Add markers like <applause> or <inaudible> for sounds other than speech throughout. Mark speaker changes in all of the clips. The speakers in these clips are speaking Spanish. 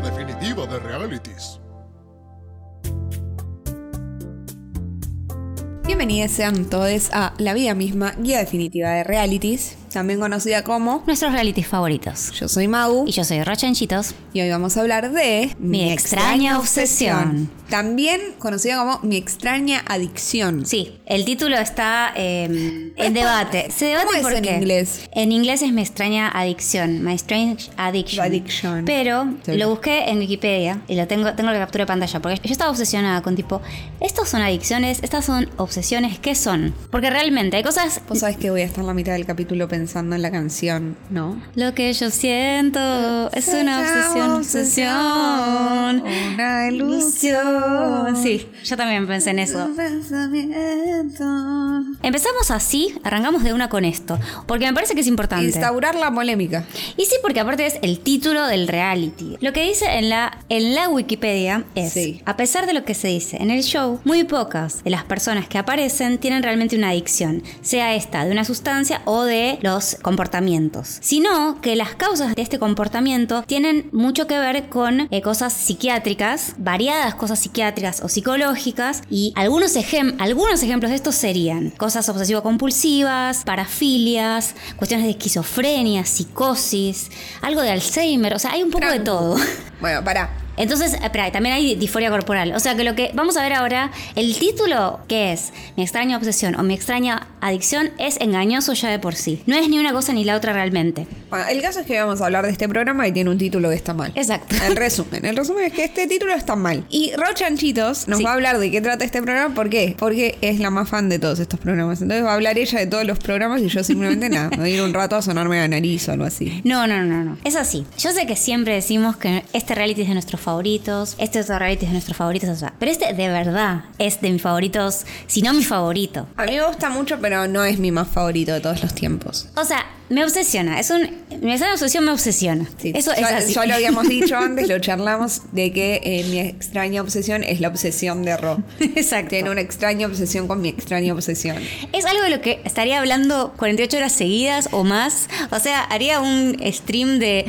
Speaker 1: mundo de realities.
Speaker 2: Bienvenidos sean todos a La Vida Misma, guía definitiva de realities, también conocida como
Speaker 3: Nuestros realities favoritos.
Speaker 2: Yo soy Mau
Speaker 3: Y yo soy Rochanchitos.
Speaker 2: y hoy vamos a hablar de
Speaker 3: Mi extraña obsesión.
Speaker 2: también conocida como Mi extraña adicción.
Speaker 3: Sí, el título está eh, en debate. Se debate
Speaker 2: ¿Cómo es
Speaker 3: por
Speaker 2: en
Speaker 3: qué.
Speaker 2: inglés?
Speaker 3: En inglés es mi extraña adicción, my strange addiction.
Speaker 2: Addiction.
Speaker 3: Pero
Speaker 2: Sí.
Speaker 3: lo busqué en Wikipedia y lo tengo, tengo la captura de pantalla porque yo estaba obsesionada con tipo, estas son adicciones, estas son obsesiones, ¿qué son? Porque realmente hay cosas
Speaker 2: Vos sabés que voy a estar la mitad del capítulo pensando en la canción, ¿no?
Speaker 3: Lo que yo siento es una obsesión, obsesión.
Speaker 2: Una ilusión.
Speaker 3: Sí, yo también pensé en eso.
Speaker 2: Un pensamiento.
Speaker 3: Empezamos así, arrancamos de una con esto, porque me parece que es importante.
Speaker 2: Instaurar la polémica.
Speaker 3: Y sí, porque aparte es el título del reality. Lo que dice en la, en la Wikipedia es,
Speaker 2: Sí.
Speaker 3: a pesar de lo que se dice en el show, muy pocas de las personas que aparecen tienen realmente una adicción, sea esta de una sustancia o de los comportamientos, sino que las causas de este comportamiento tienen mucho que ver con eh, cosas psiquiátricas, variadas cosas psiquiátricas o psicológicas, y algunos, ejem- algunos ejemplos de estos serían cosas obsesivo-compulsivas, parafilias, cuestiones de esquizofrenia, psicosis, algo de Alzheimer, o sea, hay un poco de
Speaker 2: Tranqui.
Speaker 3: todo.
Speaker 2: Bueno, pará.
Speaker 3: Entonces, eh, espera, también hay disforia corporal. O sea que lo que vamos a ver ahora, el título que es Mi extraña obsesión o mi extraña adicción es engañoso ya de por sí. No es ni una cosa ni la otra realmente.
Speaker 2: Bueno, el caso es que vamos a hablar de este programa y tiene un título que está mal.
Speaker 3: Exacto.
Speaker 2: El resumen. El resumen es que este título está mal. Y Rochanchitos nos
Speaker 3: Sí.
Speaker 2: va a hablar de qué trata este programa. ¿Por qué? Porque es la más fan de todos estos programas. Entonces va a hablar ella de todos los programas y yo simplemente nada. Me voy a ir un rato a sonarme la nariz o algo así.
Speaker 3: No, no, no, no. Es así. Yo sé que siempre decimos que este reality es de nuestros favoritos, este otro reality es de nuestros favoritos, o sea, pero este de verdad es de mis favoritos, si no mi favorito.
Speaker 2: A mí me gusta mucho, pero no es mi más favorito de todos los tiempos.
Speaker 3: O sea, me obsesiona. Es un. Mi extraña obsesión me obsesiona.
Speaker 2: Sí,
Speaker 3: Eso
Speaker 2: ya-
Speaker 3: es así.
Speaker 2: Ya lo
Speaker 3: <laughs>
Speaker 2: habíamos dicho antes, lo charlamos, de que eh, mi extraña obsesión es la obsesión de Ro.
Speaker 3: <laughs> Exacto.
Speaker 2: Tiene una extraña obsesión con mi extraña obsesión.
Speaker 3: Es algo de lo que estaría hablando 48 horas seguidas o más. O sea, haría un stream de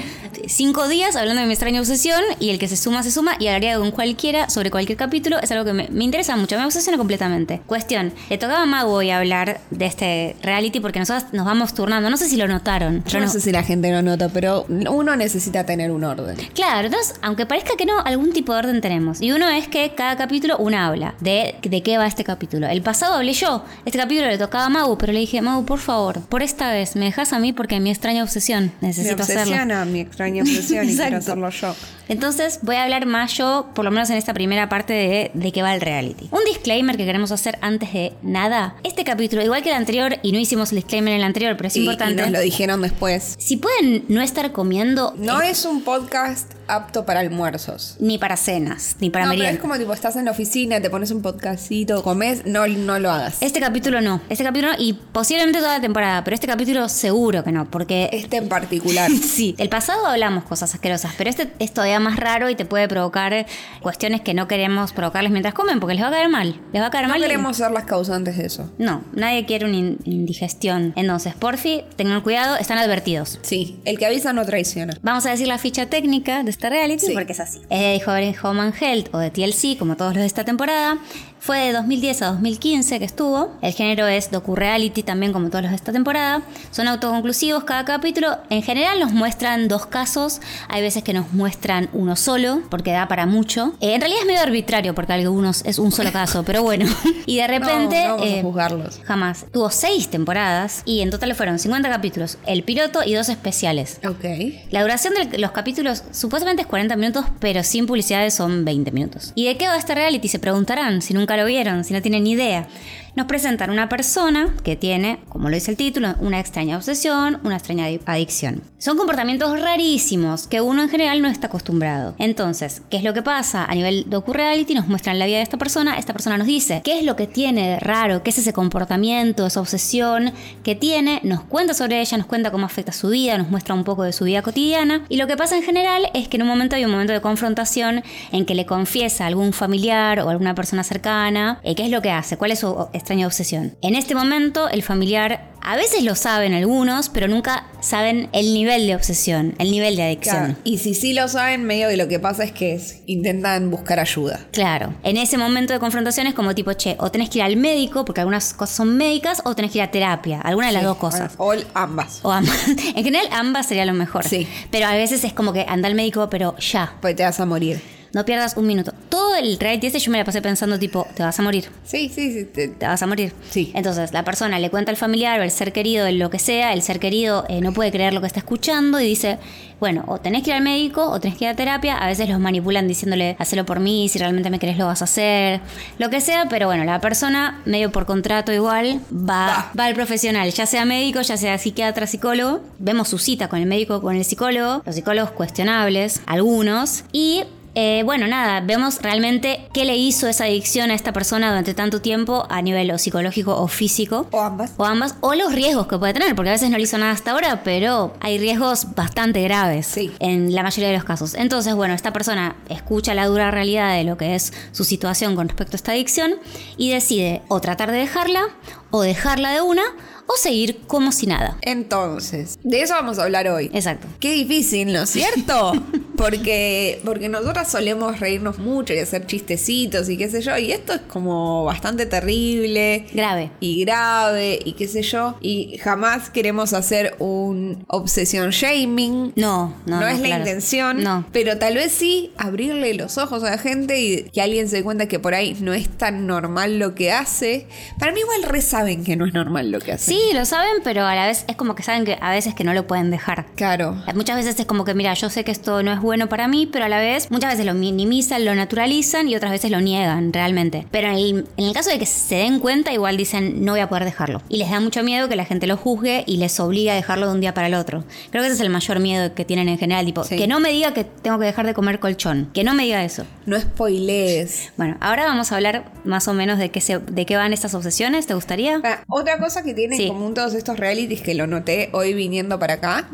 Speaker 3: 5 días hablando de mi extraña obsesión y el que se suma, se suma y hablaría con cualquiera sobre cualquier capítulo. Es algo que me, me interesa mucho, me obsesiona completamente. Cuestión, le tocaba a Mago hoy hablar de este reality porque nosotros nos vamos turnando. No sé si lo notaron.
Speaker 2: Yo
Speaker 3: pero
Speaker 2: no,
Speaker 3: no-
Speaker 2: sé si la gente lo nota, pero uno necesita tener un orden.
Speaker 3: Claro, entonces, aunque parezca que no, algún tipo de orden tenemos. Y uno es que cada capítulo una habla de, de qué va este capítulo. El pasado hablé yo, este capítulo le tocaba a Mau, pero le dije, Mau, por favor, por esta vez, me dejas a mí porque mi extraña obsesión, necesito
Speaker 2: me
Speaker 3: hacerlo.
Speaker 2: obsesiona mi extraña obsesión y quiero
Speaker 3: Exacto.
Speaker 2: hacerlo yo.
Speaker 3: Entonces voy a hablar más yo, por lo menos en esta primera parte de, de qué va el reality. Un disclaimer que queremos hacer antes de nada. Este capítulo, igual que el anterior, y no hicimos el disclaimer en el anterior, pero es
Speaker 2: Y-
Speaker 3: importante.
Speaker 2: Y nos lo dijeron después.
Speaker 3: si pueden no estar comiendo
Speaker 2: No es un podcast apto para almuerzos.
Speaker 3: ni para cenas, ni para
Speaker 2: no, pero
Speaker 3: meriendas.
Speaker 2: es como tipo, estás en la oficina, te pones un podcastito, comes, no, no lo hagas.
Speaker 3: Este capítulo no, este capítulo no, y posiblemente toda la temporada, pero este capítulo seguro que no, porque
Speaker 2: Este en <laughs> particular.
Speaker 3: <laughs> sí, el pasado hablamos cosas asquerosas, pero este es todavía más raro y te puede provocar cuestiones que no queremos provocarles mientras comen, porque les va a caer mal, les va a caer
Speaker 2: No
Speaker 3: mal. y-
Speaker 2: queremos ser las causantes de eso.
Speaker 3: No, nadie quiere una in- indigestión. Entonces, porfi, tengan cuidado, están advertidos.
Speaker 2: Sí, el que avisa no traiciona.
Speaker 3: Vamos a decir la ficha técnica de esta reality
Speaker 2: Sí.
Speaker 3: porque es así. Es de Joven Home and Health o de TLC, como todos los de esta temporada. Fue de 2010 a 2015 que estuvo. El género es docu-reality también, como todos los de esta temporada. Son autoconclusivos cada capítulo. En general nos muestran dos casos. Hay veces que nos muestran uno solo, porque da para mucho. Eh, en realidad es medio arbitrario, porque algunos es un solo caso,
Speaker 2: <laughs>
Speaker 3: pero bueno. y de repente...
Speaker 2: no, no vamos a
Speaker 3: eh,
Speaker 2: juzgarlos.
Speaker 3: Jamás. Tuvo seis temporadas y en total fueron 50 capítulos, el piloto y dos especiales.
Speaker 2: Ok.
Speaker 3: La duración de los capítulos supuestamente es 40 minutos, pero sin publicidades son 20 minutos. ¿Y de qué va este reality? Se preguntarán, si nunca lo vieron, si no tienen ni idea. Nos presentan una persona que tiene, como lo dice el título, una extraña obsesión, una extraña adi- adicción. Son comportamientos rarísimos que uno en general no está acostumbrado. Entonces, ¿qué es lo que pasa? A nivel docu-reality nos muestran la vida de esta persona, esta persona nos dice qué es lo que tiene de raro, qué es ese comportamiento, esa obsesión que tiene, nos cuenta sobre ella, nos cuenta cómo afecta su vida, nos muestra un poco de su vida cotidiana. Y lo que pasa en general es que en un momento hay un momento de confrontación en que le confiesa a algún familiar o alguna persona cercana eh, qué es lo que hace, cuál es su extraña obsesión. En este momento, el familiar a veces lo saben algunos, pero nunca saben el nivel de obsesión, el nivel de adicción.
Speaker 2: Claro. Y si sí lo saben, medio que lo que pasa es que es- intentan buscar ayuda.
Speaker 3: Claro. En ese momento de confrontación es como tipo, che, o tenés que ir al médico, porque algunas cosas son médicas, o tenés que ir a terapia, alguna de las dos cosas.
Speaker 2: O ambas.
Speaker 3: O ambas. <laughs> En general, ambas sería lo mejor.
Speaker 2: Sí.
Speaker 3: Pero a veces es como que anda al médico, pero ya.
Speaker 2: Pues te vas a morir.
Speaker 3: No pierdas un minuto. Todo el reality este yo me la pasé pensando, tipo, te vas a morir.
Speaker 2: Sí, sí, sí. te-
Speaker 3: Te vas a morir.
Speaker 2: Sí.
Speaker 3: Entonces, la persona le cuenta al familiar o al ser querido lo que sea, el ser querido eh, no puede creer lo que está escuchando y dice, bueno, o tenés que ir al médico o tenés que ir a terapia. A veces los manipulan diciéndole, hacelo por mí, si realmente me querés lo vas a hacer, lo que sea, pero bueno, la persona, medio por contrato igual, va, va al profesional, ya sea médico, ya sea psiquiatra, psicólogo. Vemos su cita con el médico, con el psicólogo, los psicólogos cuestionables, algunos, y eh, bueno, nada, vemos realmente qué le hizo esa adicción a esta persona durante tanto tiempo a nivel o psicológico o físico.
Speaker 2: O ambas.
Speaker 3: O ambas, o los riesgos que puede tener, porque a veces no le hizo nada hasta ahora, pero hay riesgos bastante graves
Speaker 2: Sí.
Speaker 3: en la mayoría de los casos. Entonces, bueno, esta persona escucha la dura realidad de lo que es su situación con respecto a esta adicción y decide o tratar de dejarla, o dejarla de una, o seguir como si nada.
Speaker 2: Entonces, de eso vamos a hablar hoy.
Speaker 3: Exacto.
Speaker 2: Qué difícil, ¿no es
Speaker 3: <laughs>
Speaker 2: cierto? Porque, porque nosotras solemos reírnos mucho y hacer chistecitos y qué sé yo, y esto es como bastante terrible.
Speaker 3: Grave.
Speaker 2: Y grave y qué sé yo. Y jamás queremos hacer un obsesión shaming.
Speaker 3: No, no,
Speaker 2: No,
Speaker 3: no,
Speaker 2: es la
Speaker 3: claro.
Speaker 2: intención,
Speaker 3: No.
Speaker 2: pero tal vez sí abrirle los ojos a la gente y que alguien se dé cuenta que por ahí no es tan normal lo que hace. Para mí igual re saben que no es normal lo que hace.
Speaker 3: Sí, lo saben, pero a la vez es como que saben que a veces que no lo pueden dejar.
Speaker 2: Claro.
Speaker 3: Muchas veces es como que, mira, yo sé que esto no es bueno para mí, pero a la vez muchas veces lo minimizan, lo naturalizan y otras veces lo niegan realmente. Pero en el, en el caso de que se den cuenta, igual dicen, no voy a poder dejarlo. Y les da mucho miedo que la gente lo juzgue y les obliga a dejarlo de un día para el otro. Creo que ese es el mayor miedo que tienen en general, tipo,
Speaker 2: Sí.
Speaker 3: que no me diga que tengo que dejar de comer colchón, que no me diga eso.
Speaker 2: No spoilees.
Speaker 3: Bueno, ahora vamos a hablar más o menos de qué, se, de qué van estas obsesiones, ¿te gustaría?
Speaker 2: Ah, Otra cosa que tienen
Speaker 3: Sí.
Speaker 2: en común todos estos realities que lo noté hoy viniendo para acá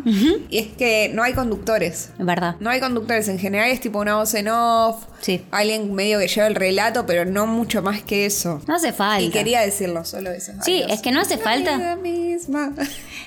Speaker 2: es que no hay conductores.
Speaker 3: ¿Verdad?
Speaker 2: No hay conductores, en general es tipo una voz en off,
Speaker 3: Sí.
Speaker 2: alguien medio que lleva el relato, pero no mucho más que eso.
Speaker 3: No hace falta.
Speaker 2: Y quería decirlo, solo eso.
Speaker 3: Sí,
Speaker 2: Ay, Dios.
Speaker 3: es que no hace
Speaker 2: La
Speaker 3: falta.
Speaker 2: vida misma.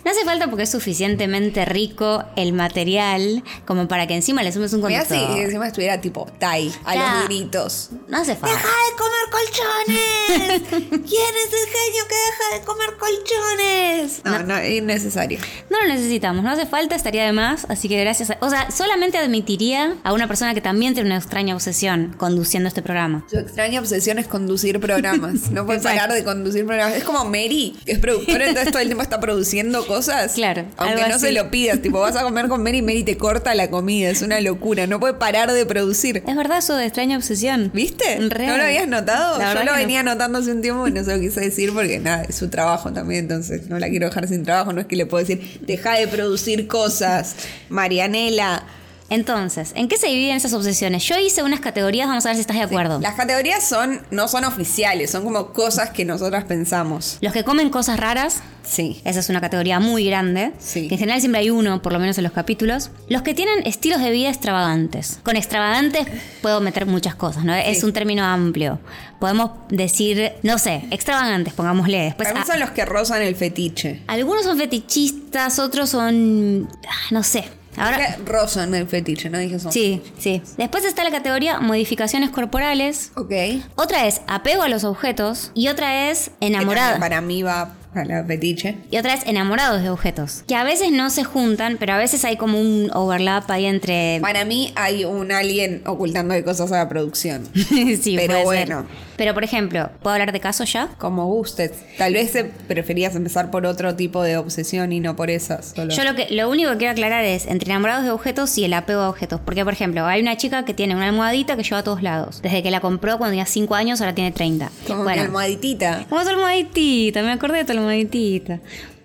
Speaker 3: No hace falta porque es suficientemente rico el material como para que encima le sumes un
Speaker 2: Mirá
Speaker 3: conductor.
Speaker 2: si encima estuviera tipo Tai, a
Speaker 3: Claro.
Speaker 2: los gritos.
Speaker 3: No hace falta.
Speaker 2: de comer colchones! ¿Quién es el genio que deja de comer colchones? No, no, innecesario.
Speaker 3: No lo necesitamos, no hace falta, estaría de más. Así que gracias. a- O sea, solamente admitiría a una persona que también tiene una extraña obsesión conduciendo este programa.
Speaker 2: Su extraña obsesión es conducir programas. No puede
Speaker 3: Exacto.
Speaker 2: parar de conducir programas. Es como Mary, que es productora, entonces todo el tiempo está produciendo cosas.
Speaker 3: Claro,
Speaker 2: Aunque
Speaker 3: algo
Speaker 2: no se
Speaker 3: así.
Speaker 2: lo pidas. Tipo, vas a comer con Mary y Mary te corta la comida. Es una locura. No puede parar de producir.
Speaker 3: Es verdad eso de extraña obsesión.
Speaker 2: ¿Viste?
Speaker 3: Re.
Speaker 2: ¿No lo habías notado?
Speaker 3: La
Speaker 2: Yo
Speaker 3: verdad
Speaker 2: lo
Speaker 3: que no.
Speaker 2: venía anotando hace un tiempo y no se lo quise decir porque nada, es su trabajo también, entonces no la quiero dejar sin trabajo. No es que le puedo decir, deja de producir cosas, Marianela.
Speaker 3: Entonces, ¿en qué se dividen esas obsesiones? Yo hice unas categorías, vamos a ver si estás de acuerdo.
Speaker 2: Las categorías son, no son oficiales, son como cosas que nosotras pensamos.
Speaker 3: Los que comen cosas raras,
Speaker 2: Sí.
Speaker 3: Esa es una categoría muy grande.
Speaker 2: Sí.
Speaker 3: Que en general siempre hay uno, por lo menos en los capítulos. Los que tienen estilos de vida extravagantes. Con extravagantes puedo meter muchas cosas, ¿no? Es un término amplio. Podemos decir, no sé, extravagantes, pongámosle. Después,
Speaker 2: Para mí
Speaker 3: ah,
Speaker 2: son los que rozan el fetiche.
Speaker 3: algunos son fetichistas, otros son. ah, No sé. Ahora.
Speaker 2: Dije rozan el fetiche, no dije son.
Speaker 3: Sí, sí. Después está la categoría modificaciones corporales.
Speaker 2: Ok.
Speaker 3: Otra es apego a los objetos. Y otra es
Speaker 2: Que
Speaker 3: enamorada.
Speaker 2: Para mí va para el fetiche.
Speaker 3: y otra es enamorados de objetos. Que a veces no se juntan, pero a veces hay como un overlap ahí entre. <laughs>
Speaker 2: Para mí hay un alien ocultando de cosas a la producción.
Speaker 3: <laughs> sí,
Speaker 2: Pero
Speaker 3: puede
Speaker 2: bueno.
Speaker 3: ser. Pero por ejemplo, ¿puedo hablar de casos ya?
Speaker 2: Como gustes. Tal vez eh, preferías empezar por otro tipo de obsesión y no por esas. solo.
Speaker 3: Yo lo, que, lo único que quiero aclarar es entre enamorados de objetos y el apego a objetos. Porque, por ejemplo, hay una chica que tiene una almohadita que lleva a todos lados. Desde que la compró cuando tenía 5 años, ahora tiene 30.
Speaker 2: Como mi
Speaker 3: bueno,
Speaker 2: almohaditita.
Speaker 3: como tu almohaditita, me acordé de tu almohaditita.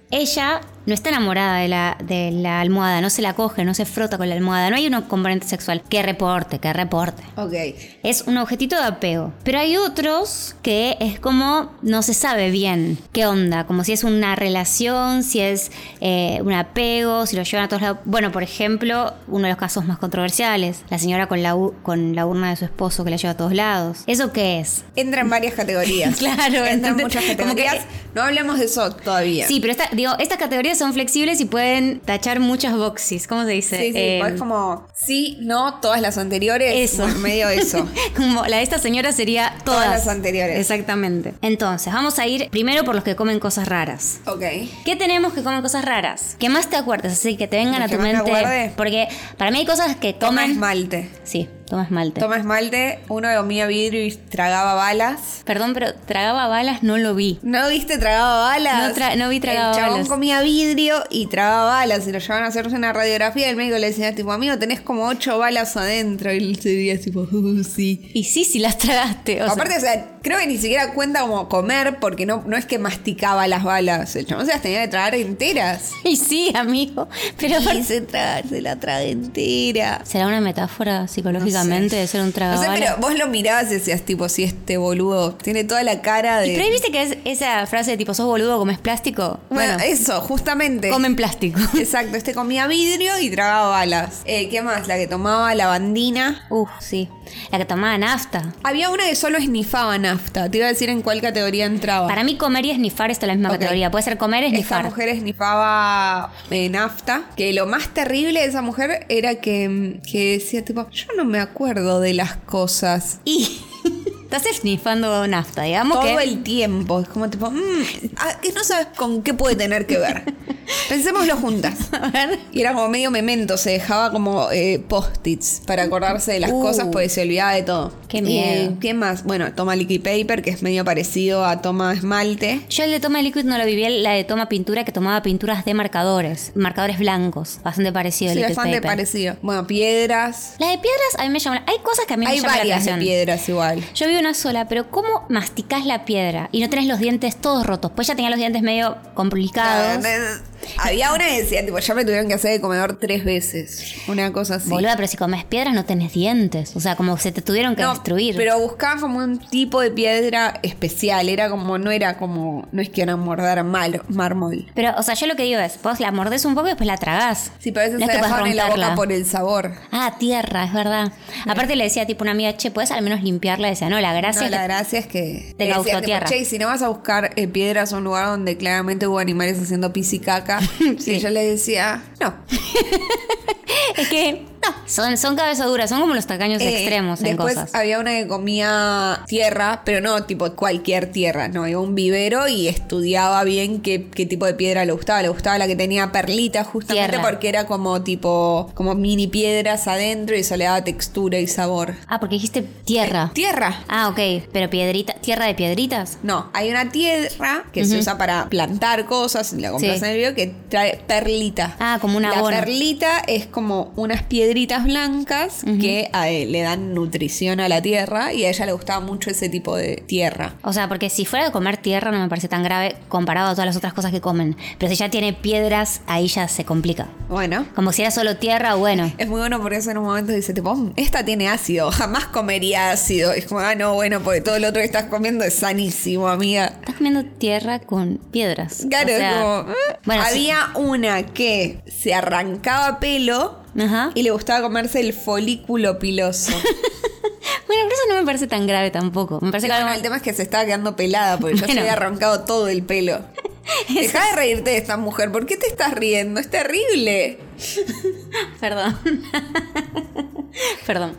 Speaker 3: Ella no está enamorada de la, de la almohada, no se la coge, no se frota con la almohada, no hay un componente sexual. Que reporte, que reporte.
Speaker 2: Ok.
Speaker 3: Es un objetito de apego. Pero hay otros que es como no se sabe bien qué onda, como si es una relación, si es eh, un apego, si lo llevan a todos lados. Bueno, por ejemplo, uno de los casos más controversiales, la señora con la, u- con la urna de su esposo que la lleva a todos lados. ¿Eso qué es?
Speaker 2: Entra en varias categorías.
Speaker 3: <laughs> Claro,
Speaker 2: entra en
Speaker 3: entonces,
Speaker 2: muchas
Speaker 3: como que- eh,
Speaker 2: categorías. No hablemos de eso todavía.
Speaker 3: Sí, pero esta- digo, estas categorías son flexibles y pueden tachar muchas boxes. ¿Cómo se dice?
Speaker 2: Sí, sí,
Speaker 3: Eh,
Speaker 2: pues como sí, no, todas las anteriores,
Speaker 3: Eso.
Speaker 2: bueno, medio
Speaker 3: <laughs>
Speaker 2: eso.
Speaker 3: Como la de esta señora sería todas.
Speaker 2: Todas las anteriores.
Speaker 3: Exactamente. Entonces, vamos a ir primero por los que comen cosas raras.
Speaker 2: Ok.
Speaker 3: ¿Qué tenemos que comen cosas raras? Que más te acuerdes, así que te vengan
Speaker 2: Lo
Speaker 3: a
Speaker 2: que
Speaker 3: tu
Speaker 2: más me
Speaker 3: mente.
Speaker 2: acuerde.
Speaker 3: Porque para mí hay cosas que
Speaker 2: Toma
Speaker 3: comen.
Speaker 2: esmalte.
Speaker 3: Sí, toma esmalte.
Speaker 2: Toma esmalte, uno comía vidrio y tragaba balas.
Speaker 3: Perdón, pero tragaba balas, no lo vi.
Speaker 2: ¿No viste tragaba balas?
Speaker 3: No tra- no vi tragaba
Speaker 2: El chabón
Speaker 3: balas.
Speaker 2: comía vidrio y tragaba balas. Y lo llevaban a hacerse una radiografía y el médico le decía, tipo, amigo, tenés como ocho balas adentro. Y él sería tipo, "Uh, sí.
Speaker 3: Y sí, sí las tragaste. o sea,
Speaker 2: Aparte, o sea, creo que ni siquiera cuenta como comer porque no, no es que masticaba las balas. El chabón se las tenía que tragar enteras.
Speaker 3: <laughs> y sí, amigo. Pero aparte-
Speaker 2: Quise tragarse la traga entera.
Speaker 3: ¿Será una metáfora psicológicamente de ser un
Speaker 2: No sé,
Speaker 3: tragabalas?
Speaker 2: pero vos lo mirabas y decías, tipo, si este boludo tiene toda la cara de.
Speaker 3: Y Pero ahí viste que es esa frase de tipo, sos boludo, comes plástico.
Speaker 2: bueno, este.
Speaker 3: Bueno,
Speaker 2: eso, justamente. <laughs>
Speaker 3: comen plástico.
Speaker 2: Exacto, este comía vidrio y tragaba balas. Eh, ¿Qué más? La que tomaba lavandina.
Speaker 3: Uf, sí. La que tomaba nafta.
Speaker 2: Había una que solo esnifaba nafta. Te iba a decir en cuál categoría entraba.
Speaker 3: Para mí comer y esnifar está en la misma
Speaker 2: Oh. Ok.
Speaker 3: categoría. Puede ser comer y
Speaker 2: Esta
Speaker 3: esnifar.
Speaker 2: mujer esnifaba eh, nafta. Que lo más terrible de esa mujer era que, mm, que decía, tipo, yo no me acuerdo de las cosas.
Speaker 3: Y estás esnifando nafta, digamos
Speaker 2: Todo
Speaker 3: que...
Speaker 2: el tiempo. Es como tipo, "Mm, ah, que no sabes con qué puede tener que ver.
Speaker 3: <laughs>
Speaker 2: Pensémoslo juntas.
Speaker 3: A ver.
Speaker 2: Y era como medio memento, se dejaba como eh, post-its para acordarse de las
Speaker 3: Uh.
Speaker 2: cosas porque se olvidaba de todo.
Speaker 3: Qué miedo.
Speaker 2: Eh, ¿Qué más? Bueno, toma liquid paper, que es medio parecido a toma esmalte.
Speaker 3: Yo el de toma liquid no lo viví, la de toma pintura que tomaba pinturas de marcadores, marcadores blancos, bastante parecido al
Speaker 2: Sí,
Speaker 3: liquid
Speaker 2: bastante
Speaker 3: paper.
Speaker 2: parecido. Bueno, piedras.
Speaker 3: La de piedras a mí me llama, hay cosas que a mí
Speaker 2: Hay
Speaker 3: me llaman la
Speaker 2: varias de
Speaker 3: atención.
Speaker 2: piedras igual.
Speaker 3: Yo vi una sola, pero ¿cómo masticás la piedra y no tenés los dientes todos rotos? Pues ya tenía los dientes medio complicados.
Speaker 2: Había una que decía, tipo, ya me tuvieron que hacer de comedor tres veces. Una cosa así.
Speaker 3: Boluda, pero si comes piedras no tenés dientes. O sea, como que se te tuvieron que
Speaker 2: No,
Speaker 3: destruir.
Speaker 2: Pero buscaban como un tipo de piedra especial. Era como, no era como, no es que eran mordar mal, mármol.
Speaker 3: Pero, o sea, yo lo que digo es, vos la mordés un poco y después la tragás.
Speaker 2: Sí, pero a veces
Speaker 3: No es
Speaker 2: se
Speaker 3: que
Speaker 2: la
Speaker 3: puedas
Speaker 2: dejaban en la boca
Speaker 3: romperla.
Speaker 2: por el sabor.
Speaker 3: Ah, tierra, es verdad. Aparte le decía tipo una amiga, che, ¿puedes al menos limpiarla? Decía, no, la gracia
Speaker 2: No,
Speaker 3: es que
Speaker 2: la gracia es que
Speaker 3: Te
Speaker 2: le
Speaker 3: causó
Speaker 2: decían, tipo,
Speaker 3: tierra.
Speaker 2: Che, y si no vas a buscar eh, piedras a un lugar donde claramente hubo animales haciendo pis y
Speaker 3: <laughs>
Speaker 2: caca, y yo le decía, no.
Speaker 3: Es que no, son, son cabezaduras, son como los tacaños
Speaker 2: Eh,
Speaker 3: extremos en
Speaker 2: después
Speaker 3: cosas.
Speaker 2: había una que comía tierra, pero no tipo cualquier tierra, no, iba a un vivero y estudiaba bien qué, qué tipo de piedra le gustaba. Le gustaba la que tenía perlitas justamente
Speaker 3: Tierra.
Speaker 2: porque era como tipo, como mini piedras adentro y eso le daba textura y sabor.
Speaker 3: Ah, porque dijiste
Speaker 2: Eh,
Speaker 3: tierra.
Speaker 2: Tierra.
Speaker 3: Ah, ok, pero piedrita, tierra de piedritas.
Speaker 2: No, hay una tierra que se usa para plantar cosas, la compras
Speaker 3: Sí.
Speaker 2: en el video, que trae perlita.
Speaker 3: Ah, como una
Speaker 2: La
Speaker 3: abono.
Speaker 2: perlita es como unas piedritas blancas que a él le dan nutrición a la tierra y a ella le gustaba mucho ese tipo de tierra.
Speaker 3: O sea, porque si fuera de comer tierra no me parece tan grave comparado a todas las otras cosas que comen. Pero si ya tiene piedras, ahí ya se complica.
Speaker 2: Bueno.
Speaker 3: Como si era solo tierra, bueno.
Speaker 2: Es muy bueno porque eso en un momento dice, tipo, "Mm, esta tiene ácido, jamás comería ácido. Y es como, ah, no, bueno, porque todo lo otro que estás comiendo es sanísimo, amiga.
Speaker 3: Estás comiendo tierra con piedras.
Speaker 2: Claro,
Speaker 3: O
Speaker 2: es
Speaker 3: sea,
Speaker 2: como, "Ah".
Speaker 3: bueno, sí.
Speaker 2: Había una que se arrancaba pelo
Speaker 3: Ajá.
Speaker 2: Y le gustaba comerse el folículo piloso.
Speaker 3: <laughs> Bueno, pero eso no me parece tan grave tampoco. Me parece que
Speaker 2: Bueno,
Speaker 3: algo-
Speaker 2: el tema es que se estaba quedando pelada porque yo
Speaker 3: Bueno.
Speaker 2: se había arrancado todo el
Speaker 3: <laughs>
Speaker 2: pelo. Deja de reírte de esta mujer. ¿Por qué te estás riendo? Es terrible.
Speaker 3: <laughs> Perdón. Perdón.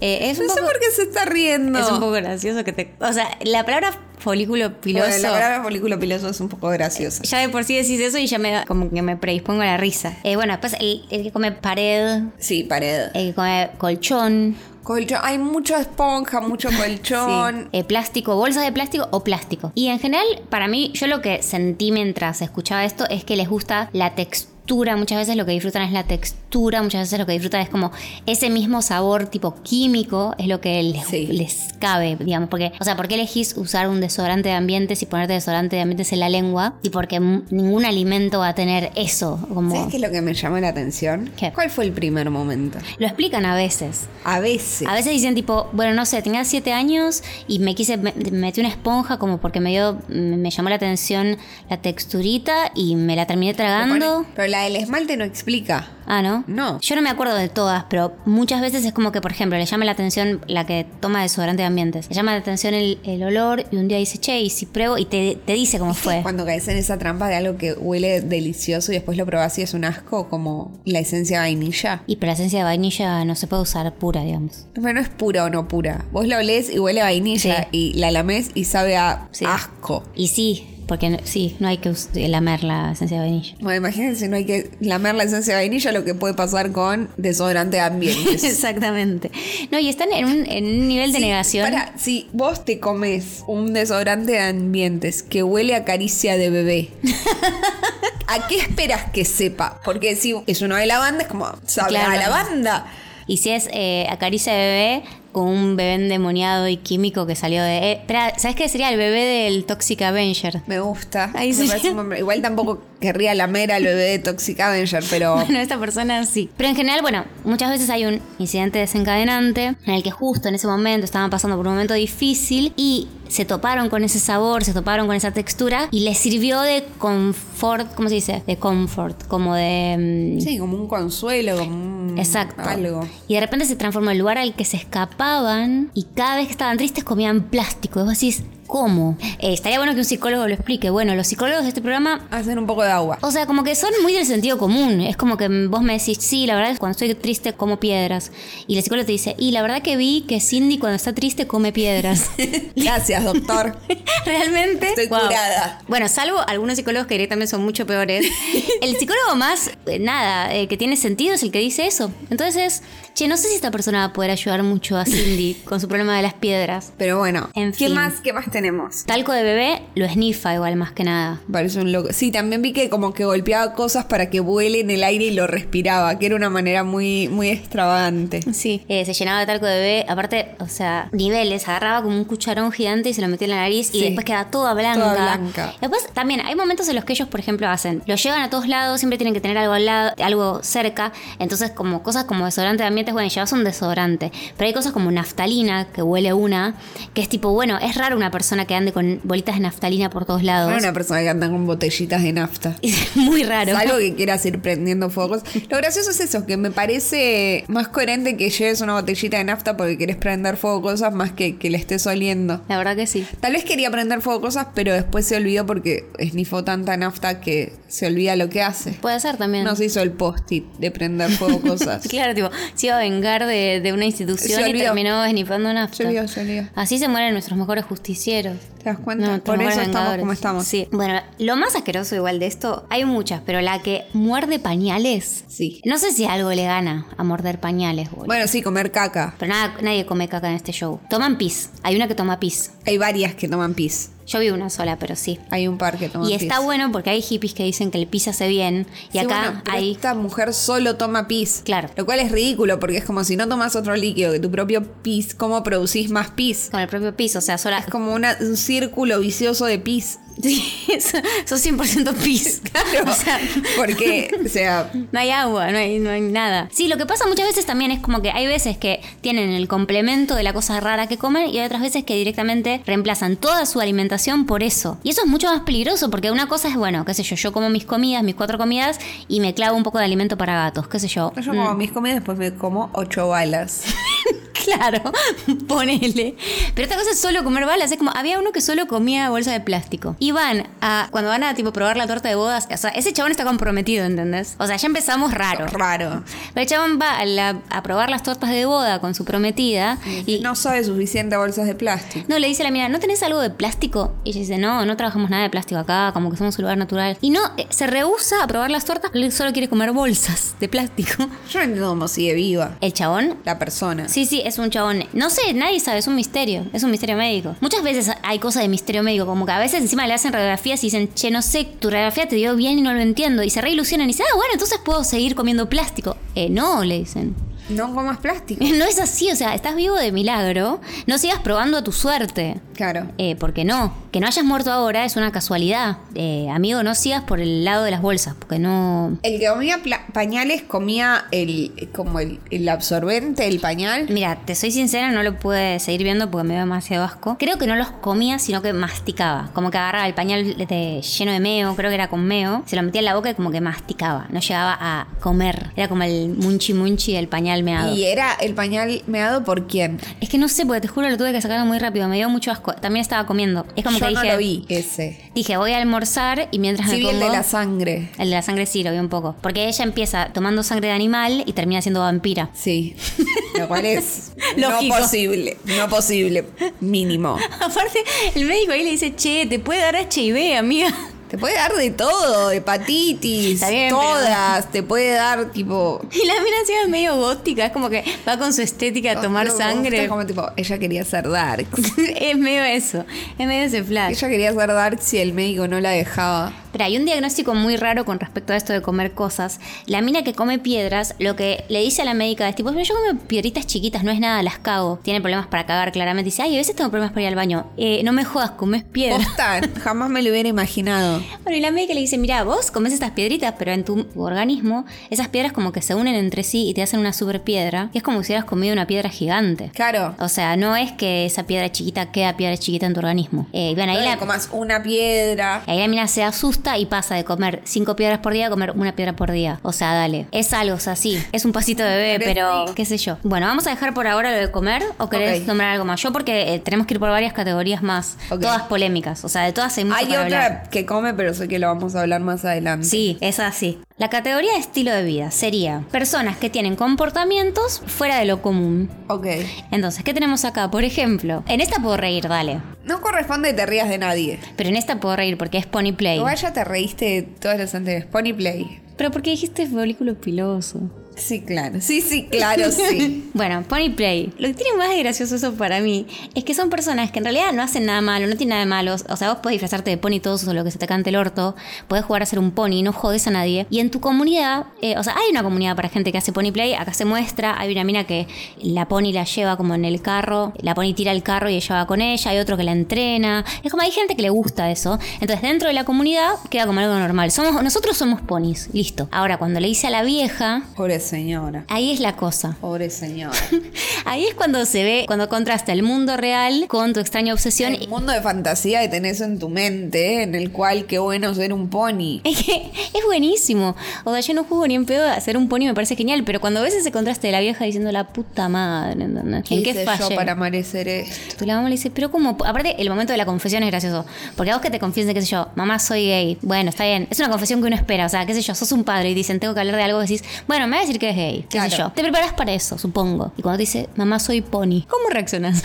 Speaker 3: Eh, es
Speaker 2: No
Speaker 3: un
Speaker 2: sé
Speaker 3: poco...
Speaker 2: por qué se está riendo.
Speaker 3: Es un poco gracioso que te. O sea, la palabra folículo piloso.
Speaker 2: Bueno, la palabra folículo piloso es un poco graciosa.
Speaker 3: Ya de por sí decís eso y ya me da- como que me predispongo a la risa. Eh, bueno, después el, el que come pared,
Speaker 2: Sí, pared.
Speaker 3: el que come colchón,
Speaker 2: Colchón. Hay mucha esponja,
Speaker 3: <laughs>
Speaker 2: mucho colchón.
Speaker 3: sí, eh, plástico, bolsas de plástico o plástico. Y en general, para mí, yo lo que sentí mientras escuchaba esto es que les gusta la textura textura, muchas veces lo que disfrutan es la textura, muchas veces lo que disfrutan es como ese mismo sabor tipo químico, es lo que les,
Speaker 2: Sí.
Speaker 3: les cabe, digamos, porque, o sea, ¿por qué elegís usar un desodorante de ambientes y ponerte desodorante de ambientes en la lengua? Y porque m- ningún alimento va a tener eso, como...
Speaker 2: ¿Sabes qué es lo que me llamó la atención?
Speaker 3: ¿Qué?
Speaker 2: ¿Cuál fue el primer momento?
Speaker 3: Lo explican a veces.
Speaker 2: A veces.
Speaker 3: A veces dicen tipo, bueno, no sé, tenía siete años y me quise, me, metí una esponja como porque me dio, me, me llamó la atención la texturita y me la terminé
Speaker 2: Te pone-
Speaker 3: tragando.
Speaker 2: Pero la del esmalte no explica.
Speaker 3: Ah, ¿no?
Speaker 2: No.
Speaker 3: Yo no me acuerdo de todas, pero muchas veces es como que, por ejemplo, le llama la atención la que toma desodorante de ambientes. Le llama la atención el, el olor y un día dice, che, y si pruebo, y te, te dice cómo fue.
Speaker 2: Cuando caes en esa trampa de algo que huele delicioso y después lo probás y es un asco, como la esencia de vainilla.
Speaker 3: Y pero la esencia de vainilla no se puede usar pura, digamos.
Speaker 2: Pero no es pura o no pura. Vos la olés y huele a vainilla
Speaker 3: Sí.
Speaker 2: y la lamés y sabe a
Speaker 3: Sí.
Speaker 2: asco.
Speaker 3: Y sí, porque no- sí, no hay que us- lamer la esencia de vainilla.
Speaker 2: Bueno, imagínense, no hay que lamer la esencia de vainilla, lo que puede pasar con desodorante de
Speaker 3: <laughs>
Speaker 2: ambientes.
Speaker 3: Exactamente. No, y están en un, en un nivel de negación.
Speaker 2: Para, si vos te comes un desodorante de ambientes que huele a caricia de
Speaker 3: <laughs>
Speaker 2: bebé, ¿a qué esperas que sepa? Porque si es uno de lavanda, es como, sabe a
Speaker 3: Claro.
Speaker 2: lavanda.
Speaker 3: Y si es eh, acaricia de bebé con un bebé endemoniado y químico que salió de. eh, espera, ¿sabes qué sería el bebé del Toxic Avenger?
Speaker 2: Me gusta.
Speaker 3: Ahí
Speaker 2: Me
Speaker 3: sí.
Speaker 2: parece un buen- Igual tampoco querría lamer al bebé de Toxic Avenger,
Speaker 3: <laughs>
Speaker 2: pero
Speaker 3: Bueno, esta persona sí. Pero en general, bueno, muchas veces hay un incidente desencadenante en el que justo en ese momento estaban pasando por un momento difícil y se toparon con ese sabor, se toparon con esa textura y les sirvió de confort, ¿cómo se dice? De comfort, como de... mm,
Speaker 2: sí, como un consuelo, como un-
Speaker 3: Exacto.
Speaker 2: algo.
Speaker 3: Y de repente se transformó el lugar al que se escapaban y cada vez que estaban tristes comían plástico. Y vos decís, ¿cómo? Eh, estaría bueno que un psicólogo lo explique. Bueno, los psicólogos de este programa
Speaker 2: Hacer un poco de agua.
Speaker 3: o sea, como que son muy del sentido común. Es como que vos me decís, sí, la verdad es que cuando estoy triste como piedras. Y la psicóloga te dice, y la verdad que vi que Cindy cuando está triste come piedras.
Speaker 2: <laughs> Gracias, doctor.
Speaker 3: <laughs> Realmente.
Speaker 2: Estoy curada.
Speaker 3: Bueno, salvo algunos psicólogos que directamente son
Speaker 2: <laughs>
Speaker 3: mucho peores. El psicólogo más, eh, nada, eh, que tiene sentido es el que dice eso. Entonces, che, no sé si esta persona va a poder ayudar mucho a Cindy con su problema de las piedras.
Speaker 2: Pero bueno,
Speaker 3: En
Speaker 2: ¿qué
Speaker 3: fin.
Speaker 2: más? ¿Qué más tenemos?
Speaker 3: Talco de bebé lo esnifa igual más que nada.
Speaker 2: Parece un loco. Sí, también vi que como que golpeaba cosas para que vuele en el aire y lo respiraba, que era una manera muy, muy extravagante.
Speaker 3: Sí. Eh, se llenaba de talco de bebé. Aparte, o sea, niveles. Agarraba como un cucharón gigante y se lo metía en la nariz y
Speaker 2: Sí.
Speaker 3: después quedaba toda blanca.
Speaker 2: Toda blanca.
Speaker 3: Después también hay momentos en los que ellos, por ejemplo, hacen. Lo llevan a todos lados, siempre tienen que tener algo al lado, algo cerca. Entonces, como cosas como desodorante de ambientes, bueno, llevas un desodorante. Pero hay cosas como naftalina, que huele una, que es tipo, bueno, es raro una persona que ande con bolitas de naftalina por todos
Speaker 2: No
Speaker 3: lados.
Speaker 2: era
Speaker 3: <laughs>
Speaker 2: una persona que anda con botellitas de nafta.
Speaker 3: Es muy raro.
Speaker 2: Algo que quieras ir prendiendo fuegos. Lo gracioso es eso, que me parece más coherente que lleves una botellita de nafta porque querés prender fuego cosas más que que le estés oliendo.
Speaker 3: La verdad que sí.
Speaker 2: Tal vez quería prender fuego cosas, pero después se olvidó porque snifó tanta nafta que se olvida lo que hace.
Speaker 3: Puede ser también.
Speaker 2: No se hizo el post-it de prender
Speaker 3: <laughs>
Speaker 2: fuego cosas.
Speaker 3: Claro, tipo, se iba a vengar de, de una institución
Speaker 2: Se
Speaker 3: y
Speaker 2: olvidó.
Speaker 3: terminó esnifando nafta.
Speaker 2: Se olvidó, se olvidó.
Speaker 3: Así se mueren nuestros mejores justicieros.
Speaker 2: ¿Te das cuenta?
Speaker 3: No, nuestros
Speaker 2: Por
Speaker 3: mejores
Speaker 2: eso estamos
Speaker 3: vengadores.
Speaker 2: como estamos.
Speaker 3: Sí. Bueno, lo más asqueroso igual de esto, hay muchas, pero la que muerde pañales.
Speaker 2: Sí.
Speaker 3: No sé si algo le gana a morder pañales, boludo.
Speaker 2: Bueno, sí, comer caca.
Speaker 3: Pero nada, nadie come caca en este show. Toman pis. Hay una que toma pis.
Speaker 2: Hay varias que toman pis.
Speaker 3: Yo vi una sola, pero sí.
Speaker 2: Hay un par que toman
Speaker 3: y
Speaker 2: pis.
Speaker 3: está bueno porque hay hippies que dicen que el pis hace bien.
Speaker 2: Sí,
Speaker 3: Y acá
Speaker 2: bueno, pero
Speaker 3: hay.
Speaker 2: Esta mujer solo toma pis.
Speaker 3: Claro.
Speaker 2: Lo cual es ridículo porque es como si no tomas otro líquido que tu propio pis, ¿cómo producís más pis?
Speaker 3: Con el propio pis, o sea, sola,
Speaker 2: Es como una- un círculo vicioso de pis.
Speaker 3: Sí, so- sos 100% pis.
Speaker 2: <laughs> Claro.
Speaker 3: <laughs> O sea,
Speaker 2: porque, o
Speaker 3: <laughs>
Speaker 2: sea,
Speaker 3: no hay agua, no hay, no hay nada. Sí, lo que pasa muchas veces también es como que hay veces que tienen el complemento de la cosa rara que comen y hay otras veces que directamente reemplazan toda su alimentación por eso. Y eso es mucho más peligroso porque una cosa es, bueno, qué sé yo, yo como mis comidas, mis cuatro comidas y me clavo un poco de alimento para gatos, qué sé yo.
Speaker 2: yo como mis comidas después me como ocho balas.
Speaker 3: <laughs> Claro, ponele. Pero esta cosa es solo comer balas. Es como, había uno que solo comía bolsa de plástico. Y van a, cuando van a tipo probar la torta de bodas, o sea, ese chabón está comprometido, ¿entendés? O sea, ya empezamos raro.
Speaker 2: Raro.
Speaker 3: Pero el chabón va a, la- a probar las tortas de boda con su prometida y... No.
Speaker 2: No sabe suficiente bolsas de plástico.
Speaker 3: le dice a la mina, ¿no tenés algo de plástico? Y ella dice, no, no trabajamos nada de plástico acá, como que somos un lugar natural. Y no, eh, se rehúsa a probar las tortas, él solo quiere comer bolsas de plástico.
Speaker 2: Yo no entiendo cómo sigue viva
Speaker 3: El chabón
Speaker 2: la persona.
Speaker 3: Sí, sí, es un chabón. No sé, nadie sabe, es un misterio. Es un misterio médico. Muchas veces hay cosas de misterio médico, como que a veces encima le hacen radiografías y dicen, che, no sé, tu radiografía te dio bien y no lo entiendo. Y se reilusionan y dicen, ah, bueno, entonces puedo seguir comiendo plástico. Eh, no, le dicen. <laughs>
Speaker 2: No comas plástico.
Speaker 3: No es así, o sea, estás vivo de milagro. No sigas probando a tu suerte.
Speaker 2: Claro.
Speaker 3: Eh, porque no, que no hayas muerto ahora es una casualidad. Eh, amigo, no sigas por el lado de las bolsas, porque no...
Speaker 2: El que comía pla- pañales comía el como el, el absorbente, el pañal.
Speaker 3: Mira, te soy sincera, no lo pude seguir viendo porque me dio demasiado asco. Creo que no los comía, sino que masticaba. Como que agarraba el pañal de- lleno de meo, creo que era con meo, se lo metía en la boca y como que masticaba. No llegaba a comer. Era como el munchi munchi del pañal meado.
Speaker 2: Y eh, era el pañal meado por quién.
Speaker 3: Es que no sé, porque te juro lo tuve que sacar muy rápido. Me dio mucho asco. También estaba comiendo. Es como
Speaker 2: Yo
Speaker 3: que
Speaker 2: no
Speaker 3: dije.
Speaker 2: lo vi ese.
Speaker 3: Dije, voy a almorzar y mientras
Speaker 2: Sí
Speaker 3: me
Speaker 2: vi
Speaker 3: pongo.
Speaker 2: el de la sangre.
Speaker 3: el de la sangre sí, lo vi un poco. Porque ella empieza tomando sangre de animal y termina siendo vampira. <laughs>
Speaker 2: Sí. <laughs> Lo cual es
Speaker 3: Lógico.
Speaker 2: no posible. No posible. Mínimo.
Speaker 3: Aparte, el médico ahí le dice, che, te puede dar HIV, amiga.
Speaker 2: Te puede dar de todo, hepatitis,
Speaker 3: Está bien, pero-
Speaker 2: todas, te puede dar tipo
Speaker 3: Y la mina encima es medio gótica, es como que va con su estética a tomar
Speaker 2: Ah, No,
Speaker 3: sangre.
Speaker 2: está como tipo, ella quería ser dark.
Speaker 3: <laughs>
Speaker 2: <laughs>
Speaker 3: es medio eso, es medio ese flash.
Speaker 2: Ella quería ser dark si el médico no la dejaba.
Speaker 3: Pero hay un diagnóstico muy raro con respecto a esto de comer cosas. La mina que come piedras, lo que le dice a la médica es tipo, "Pero yo como piedritas chiquitas, no es nada, las cago. Tiene problemas para cagar claramente. Dice, ay, a veces tengo problemas para ir al baño. Eh, no me jodas, comes piedras.
Speaker 2: Posta, jamás me lo hubiera imaginado.
Speaker 3: <laughs> Bueno, y la médica le dice, mira, vos comes estas piedritas, pero en tu organismo esas piedras como que se unen entre sí y te hacen una super piedra, que es como si hubieras comido una piedra gigante.
Speaker 2: Claro.
Speaker 3: O sea, no es que esa piedra chiquita queda piedra chiquita en tu organismo. Eh, y bueno, ahí
Speaker 2: No le
Speaker 3: la,
Speaker 2: comas una piedra.
Speaker 3: ahí la mina se asusta y pasa de comer cinco piedras por día a comer una piedra por día. O sea, dale. Es algo, o sea, sí. Es un pasito
Speaker 2: <laughs>
Speaker 3: de bebé, pero qué sé yo. Bueno, vamos a dejar por ahora lo de comer o querés
Speaker 2: Ok.
Speaker 3: nombrar algo más. Yo porque eh, tenemos que ir por varias categorías más.
Speaker 2: Ok.
Speaker 3: Todas polémicas. O sea, de todas hay mucho
Speaker 2: Hay
Speaker 3: para
Speaker 2: otra
Speaker 3: hablar.
Speaker 2: que come, pero sé que lo vamos a hablar más adelante.
Speaker 3: Sí, es así. La categoría de estilo de vida sería personas que tienen comportamientos fuera de lo común.
Speaker 2: Ok.
Speaker 3: Entonces, ¿qué tenemos acá? Por ejemplo, en esta puedo reír, dale.
Speaker 2: No corresponde que te rías de nadie.
Speaker 3: Pero en esta puedo reír porque es Pony Play.
Speaker 2: Igual ya te reíste de todas las anteriores. Pony Play.
Speaker 3: Pero porque dijiste folículo piloso.
Speaker 2: Sí, claro. Sí, sí, claro, sí.
Speaker 3: Bueno, Pony Play. Lo que tiene más de gracioso eso para mí es que son personas que en realidad no hacen nada malo, no tienen nada de malo. O sea, vos podés disfrazarte de pony todos o lo que se te cante el orto, podés jugar a ser un pony, no jodes a nadie. Y en tu comunidad, eh, o sea, hay una comunidad para gente que hace Pony Play, acá se muestra, hay una mina que la pony la lleva como en el carro, la pony tira el carro y ella va con ella, hay otro que la entrena. Es como hay gente que le gusta eso. Entonces, dentro de la comunidad queda como algo normal. Somos, nosotros somos ponis, listo. Ahora, cuando le dice a la vieja,
Speaker 2: <laughs> Pobre señora.
Speaker 3: ahí es la cosa.
Speaker 2: Pobre <laughs> señora.
Speaker 3: Ahí es cuando se ve, cuando contrasta el mundo real con tu extraña obsesión.
Speaker 2: El mundo de fantasía que tenés en tu mente, ¿eh? en el cual qué bueno ser un pony.
Speaker 3: <laughs> Es que es buenísimo. O sea, yo no juego ni en pedo hacer un pony, me parece genial. Pero cuando ves ese contraste de la vieja diciendo la puta madre, ¿entendés? ¿En qué
Speaker 2: hice
Speaker 3: fallé?
Speaker 2: yo para eh? merecer esto?
Speaker 3: Tu la mamá le dice, pero como, aparte el momento de la confesión es gracioso, porque a vos que te confiesen, qué sé yo, mamá soy gay, bueno, está bien, es una confesión que uno espera, o sea, qué sé yo, sos un padre y dicen, tengo que hablar de algo, decís, bueno, me va a decir que es gay, qué sé
Speaker 2: Claro.
Speaker 3: yo, te preparas para eso, supongo, y cuando te dice, mamá soy pony, ¿cómo reaccionas?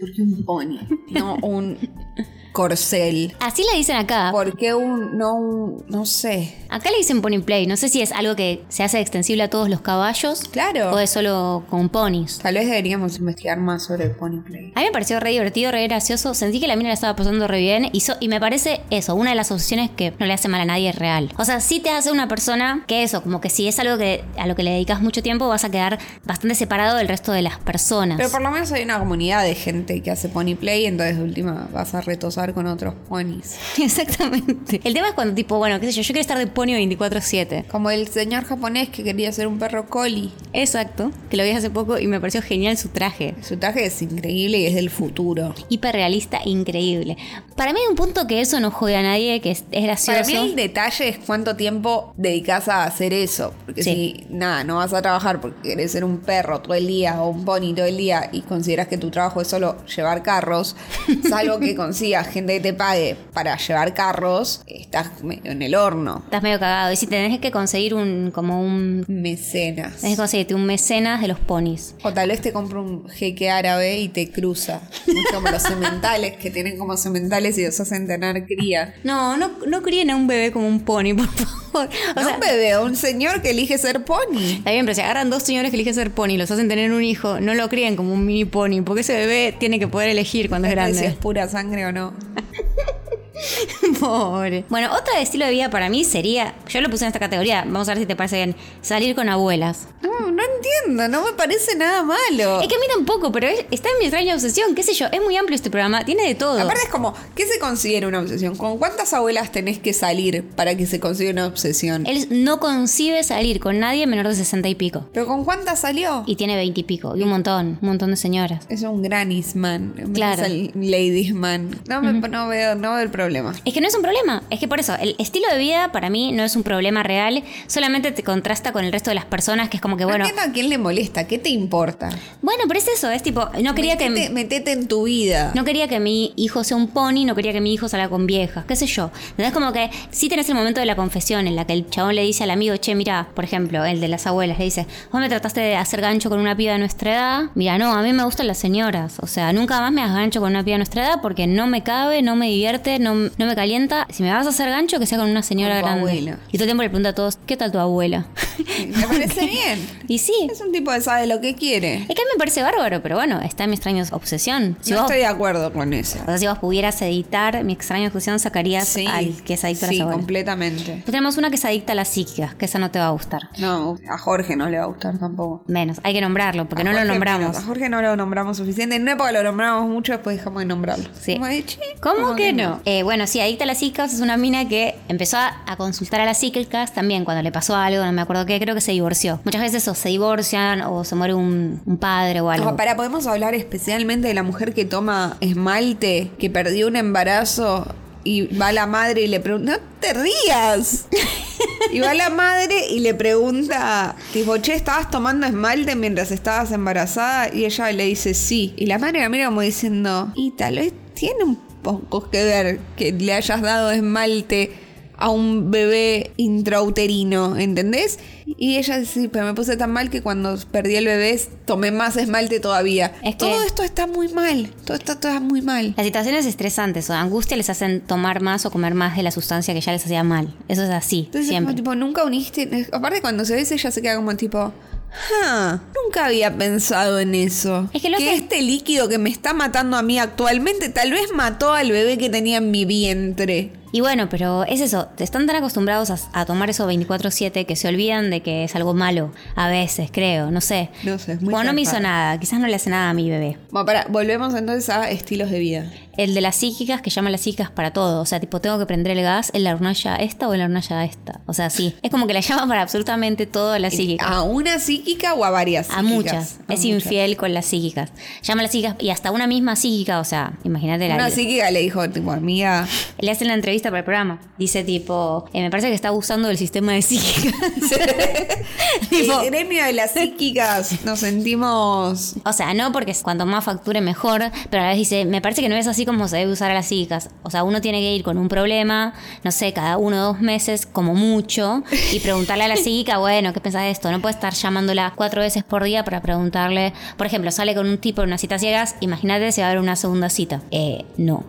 Speaker 2: ¿Por qué un pony? No <laughs> un corcel.
Speaker 3: Así le dicen acá,
Speaker 2: ¿Por qué un no un no sé?
Speaker 3: Acá le dicen pony play, no sé si es algo que se hace extensible a todos los caballos
Speaker 2: Claro.
Speaker 3: o es solo con ponis.
Speaker 2: Tal vez deberíamos investigar más sobre el pony play.
Speaker 3: A mí me pareció re divertido, re gracioso, sentí que la mina la estaba pasando re bien y, so- y me parece eso, una de las obsesiones que no le hace mal a nadie es real. O sea, sí te hace una persona que eso, como que si es algo que a lo que le dedicas mucho tiempo vas a quedar bastante separado del resto de las personas.
Speaker 2: Pero por <laughs> lo menos hay una comunidad de gente que hace pony play, entonces de última vas a retosar con otros ponis.
Speaker 3: <laughs> Exactamente. El tema es cuando tipo, bueno, qué sé yo, yo quiero estar de pony 24/7.
Speaker 2: Como el señor japonés que quería ser un perro collie.
Speaker 3: Exacto, que lo vi hace poco y me pareció genial su traje.
Speaker 2: Su traje es increíble y es del futuro.
Speaker 3: hiperrealista e increíble. Para mí hay un punto que eso no jode a nadie, que es, es
Speaker 2: Para
Speaker 3: gracioso.
Speaker 2: mí el detalle es cuánto tiempo dedicas a hacer eso. Porque
Speaker 3: Sí.
Speaker 2: si, nada, no vas a trabajar porque querés ser un perro todo el día o un pony todo el día y consideras que tu trabajo es solo llevar carros, salvo que consigas gente que te pague para llevar carros, estás medio en el horno.
Speaker 3: Estás medio cagado. Y si tenés que conseguir un, como un,
Speaker 2: Mecenas.
Speaker 3: tenés que conseguirte un mecenas de los ponis.
Speaker 2: O tal vez te compra un jeque árabe y te cruza. Es como los sementales que tienen como sementales y los hacen tener cría.
Speaker 3: No, no, no críen a un bebé como un pony, <laughs> por favor. favor. O
Speaker 2: No
Speaker 3: sea,
Speaker 2: un bebé, un señor que elige ser pony.
Speaker 3: Está bien, pero si agarran dos señores que eligen ser pony, los hacen tener un hijo, no lo crían como un mini pony, porque ese bebé tiene que poder elegir cuando es
Speaker 2: Si es
Speaker 3: grande.
Speaker 2: pura sangre o no.
Speaker 3: <laughs> Pobre. Bueno, otro estilo de vida para mí sería, yo lo puse en esta categoría, vamos a ver si te parece bien, salir con abuelas.
Speaker 2: No, no entiendo, no me parece nada malo.
Speaker 3: Es que a mí tampoco, pero es- está en mi extraña obsesión, qué sé yo, es muy amplio este programa, tiene de todo.
Speaker 2: Aparte es como, ¿qué se considera una obsesión? ¿Con cuántas abuelas tenés que salir para que se considere una obsesión?
Speaker 3: Él no concibe salir con nadie menor de 60 y pico.
Speaker 2: ¿Pero con cuántas salió?
Speaker 3: Y tiene 20 y pico, y un montón, un montón de señoras.
Speaker 2: Es un granis man.
Speaker 3: Claro.
Speaker 2: Es el ladies man. No, me, no, veo, no veo el problema.
Speaker 3: Es que no es un problema, es que por eso, el estilo de vida para mí no es un problema real, solamente te contrasta con el resto de las personas, que es como que,
Speaker 2: no
Speaker 3: bueno,
Speaker 2: entiendo a quién le molesta, ¿qué te importa?
Speaker 3: Bueno, pero es eso, es tipo, no quería
Speaker 2: metete,
Speaker 3: que
Speaker 2: metete en tu vida.
Speaker 3: no quería que mi hijo sea un pony, no quería que mi hijo salga con viejas, qué sé yo. Entonces como que sí tenés el momento de la confesión en la que el chabón le dice al amigo, che, mira, por ejemplo, el de las abuelas, le dice, vos me trataste de hacer gancho con una piba de nuestra edad. Mira, no, a mí me gustan las señoras. O sea, nunca más me hagas gancho con una piba de nuestra edad porque no me cabe, no me divierte, no, no me calienta. Si me vas a hacer gancho, que sea con una
Speaker 2: Con
Speaker 3: señora
Speaker 2: tu
Speaker 3: grande.
Speaker 2: abuela.
Speaker 3: Y todo el tiempo le pregunta a todos, ¿qué tal tu abuela?
Speaker 2: <laughs>
Speaker 3: <laughs>
Speaker 2: Me parece bien.
Speaker 3: y sí.
Speaker 2: Es un tipo que sabe lo que quiere.
Speaker 3: Es que a mí me parece bárbaro, pero bueno, está en mi extraña obsesión. Si
Speaker 2: no
Speaker 3: vos
Speaker 2: estoy de acuerdo con eso.
Speaker 3: O sea, si vos pudieras editar mi extraña discusión, sacarías al que es adicto a
Speaker 2: sí,
Speaker 3: las abuelas.
Speaker 2: completamente.
Speaker 3: Después tenemos una que es adicta a las psíquicas, que esa no te va a gustar.
Speaker 2: No, a Jorge no le va a gustar tampoco.
Speaker 3: Menos, hay que nombrarlo, porque
Speaker 2: A
Speaker 3: no lo
Speaker 2: Ah, Jorge
Speaker 3: nombramos.
Speaker 2: menos, A Jorge no lo nombramos suficiente. En una época lo nombramos mucho, después dejamos de nombrarlo.
Speaker 3: Sí.
Speaker 2: Como de, "Che,
Speaker 3: ¿Cómo que no? Eh, bueno, sí, adicta a las psíquicas es una mina que empezó a, a consultar a las psíquicas también cuando le pasó algo, no me acuerdo qué, creo que se divorció. Muchas veces o se divorcian o se muere un, un padre o algo.
Speaker 2: Ah, para, podemos hablar especialmente de la mujer que toma esmalte, que perdió un embarazo y va la madre y le pregunta, no te rías. y va la madre y le pregunta, tipo, che, ¿estabas tomando esmalte mientras estabas embarazada? Y ella le dice, sí. Y la madre la mira como diciendo, y tal vez tiene un poco que ver que le hayas dado esmalte a un bebé intrauterino, ¿entendés? Y ella dice, pero me puse tan mal que cuando perdí el bebé tomé más esmalte todavía.
Speaker 3: Es que-
Speaker 2: Todo esto está muy mal, todo esto está muy mal.
Speaker 3: Las situaciones estresantes o de angustia les hacen tomar más o comer más de la sustancia que ya les hacía mal. Eso es así,
Speaker 2: Entonces es
Speaker 3: siempre.
Speaker 2: como tipo, nunca uniste. Aparte cuando se besa ella se queda como tipo. "Ja, nunca había pensado en eso.
Speaker 3: Es que lo que-
Speaker 2: este líquido que me está matando a mí actualmente tal vez mató al bebé que tenía en mi vientre.
Speaker 3: Y bueno, pero es eso, te están tan acostumbrados a, a tomar eso 24/7 que se olvidan de que es algo malo, a veces, creo, no sé.
Speaker 2: No sé, es muy
Speaker 3: Como no me hizo
Speaker 2: zarpado.
Speaker 3: nada, quizás no le hace nada a mi bebé.
Speaker 2: Bueno, para, volvemos entonces a estilos de vida.
Speaker 3: El de las psíquicas, que llaman las psíquicas para todo. O sea, tipo, tengo que prender el gas en la hornalla esta o en la hornalla esta. O sea, sí. Es como que la llaman para absolutamente todo a las psíquicas.
Speaker 2: ¿A una psíquica o a varias
Speaker 3: A muchas.
Speaker 2: psíquicas? A
Speaker 3: es
Speaker 2: muchas.
Speaker 3: infiel con las psíquicas. Llama a las psíquicas y hasta una misma psíquica, o sea, imagínate la...
Speaker 2: Una psíquica le dijo, tipo,
Speaker 3: <laughs>
Speaker 2: amiga,
Speaker 3: Le hacen la entrevista para el programa. Dice tipo, eh, me parece que está abusando del sistema de psíquicas. Tipo,
Speaker 2: el gremio de
Speaker 3: <laughs>
Speaker 2: las psíquicas nos sentimos
Speaker 3: o sea, no porque cuanto más facture mejor, pero a la vez dice, me parece que no es así como se debe usar a las psíquicas. O sea, uno tiene que ir con un problema, no sé, cada uno o dos meses, como mucho, y preguntarle a la psíquica, bueno, ¿qué pensás de esto? No puede estar llamándola cuatro veces por día para preguntarle, por ejemplo, sale con un tipo en una cita ciegas, imagínate si va a haber una segunda cita. Eh, no.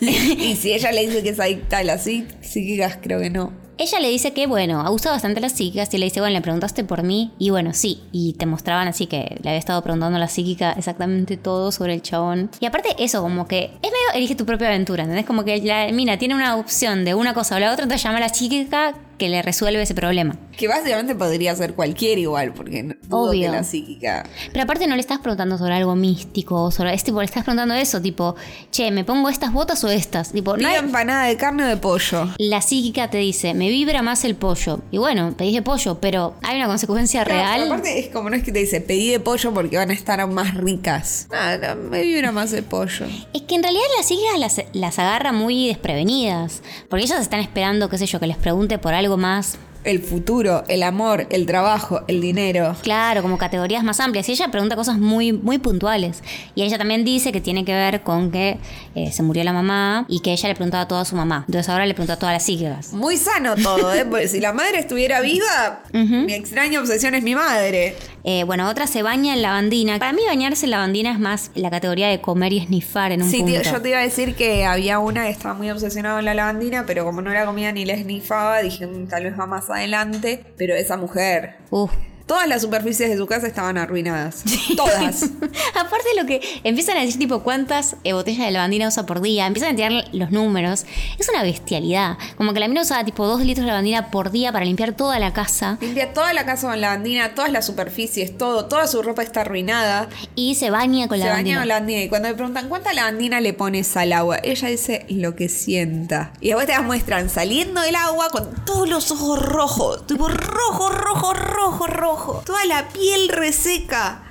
Speaker 2: Y si ella le dice que es adicta a las psí- psíquicas, creo que no.
Speaker 3: Ella le dice que, bueno, ha gustado bastante a las psíquicas y le dice, bueno, le preguntaste por mí y bueno, sí. Y te mostraban así que le había estado preguntando a la psíquica exactamente todo sobre el chabón. Y aparte eso, como que es medio elige tu propia aventura, ¿entendés? Como que la mina tiene una opción de una cosa o la otra, entonces llama a la psíquica que le resuelve ese problema.
Speaker 2: Que básicamente podría ser cualquier igual, porque no- dudo
Speaker 3: Obvio.
Speaker 2: que la psíquica.
Speaker 3: Pero aparte no le estás preguntando sobre algo místico, o sobre, es tipo, le estás preguntando eso, tipo, che, ¿me pongo estas botas o estas? Tipo, no
Speaker 2: Pido
Speaker 3: hay-
Speaker 2: empanada de carne o de pollo.
Speaker 3: La psíquica te dice, me vibra más el pollo. Y bueno, pedís de pollo, pero hay una consecuencia real.
Speaker 2: Claro, aparte es como no es que te dice pedí de pollo porque van a estar más ricas. Nada, me vibra más el pollo.
Speaker 3: Es que en realidad las siglas las, las agarra muy desprevenidas, porque ellas están esperando, qué sé yo, que les pregunte por algo más
Speaker 2: el futuro, el amor, el trabajo, el dinero.
Speaker 3: Claro, como categorías más amplias. Y ella pregunta cosas muy, muy puntuales. Y ella también dice que tiene que ver con que eh, se murió la mamá y que ella le preguntaba todo a su mamá. Entonces ahora le pregunta a todas las hijas.
Speaker 2: Muy sano todo, ¿eh? Porque si la madre estuviera viva, mi extraña obsesión es mi madre.
Speaker 3: Eh, bueno, otra se baña en lavandina. Para mí bañarse en lavandina es más la categoría de comer y esnifar en un
Speaker 2: Sí,
Speaker 3: punto.
Speaker 2: tío, yo te iba a decir que había una que estaba muy obsesionada con la lavandina, pero como no la comía ni la esnifaba, dije, "Mm, tal vez va más adelante, pero esa mujer.
Speaker 3: Uf.
Speaker 2: Todas las superficies de su casa estaban arruinadas. Todas.
Speaker 3: <laughs> Aparte lo que empiezan a decir tipo cuántas eh, botellas de lavandina usa por día, empiezan a tirar los números, es una bestialidad. Como que la mina usaba tipo dos litros de lavandina por día para limpiar toda la casa
Speaker 2: Limpia toda la casa con lavandina, todas las superficies, todo, toda su ropa está arruinada.
Speaker 3: y se baña con
Speaker 2: Se baña
Speaker 3: lavandina.
Speaker 2: con lavandina y cuando me preguntan cuánta lavandina le pones al agua, ella dice lo que sienta. Y después te las muestran saliendo del agua con todos los ojos rojos, tipo rojo, rojo, rojo, rojo. Toda la piel reseca.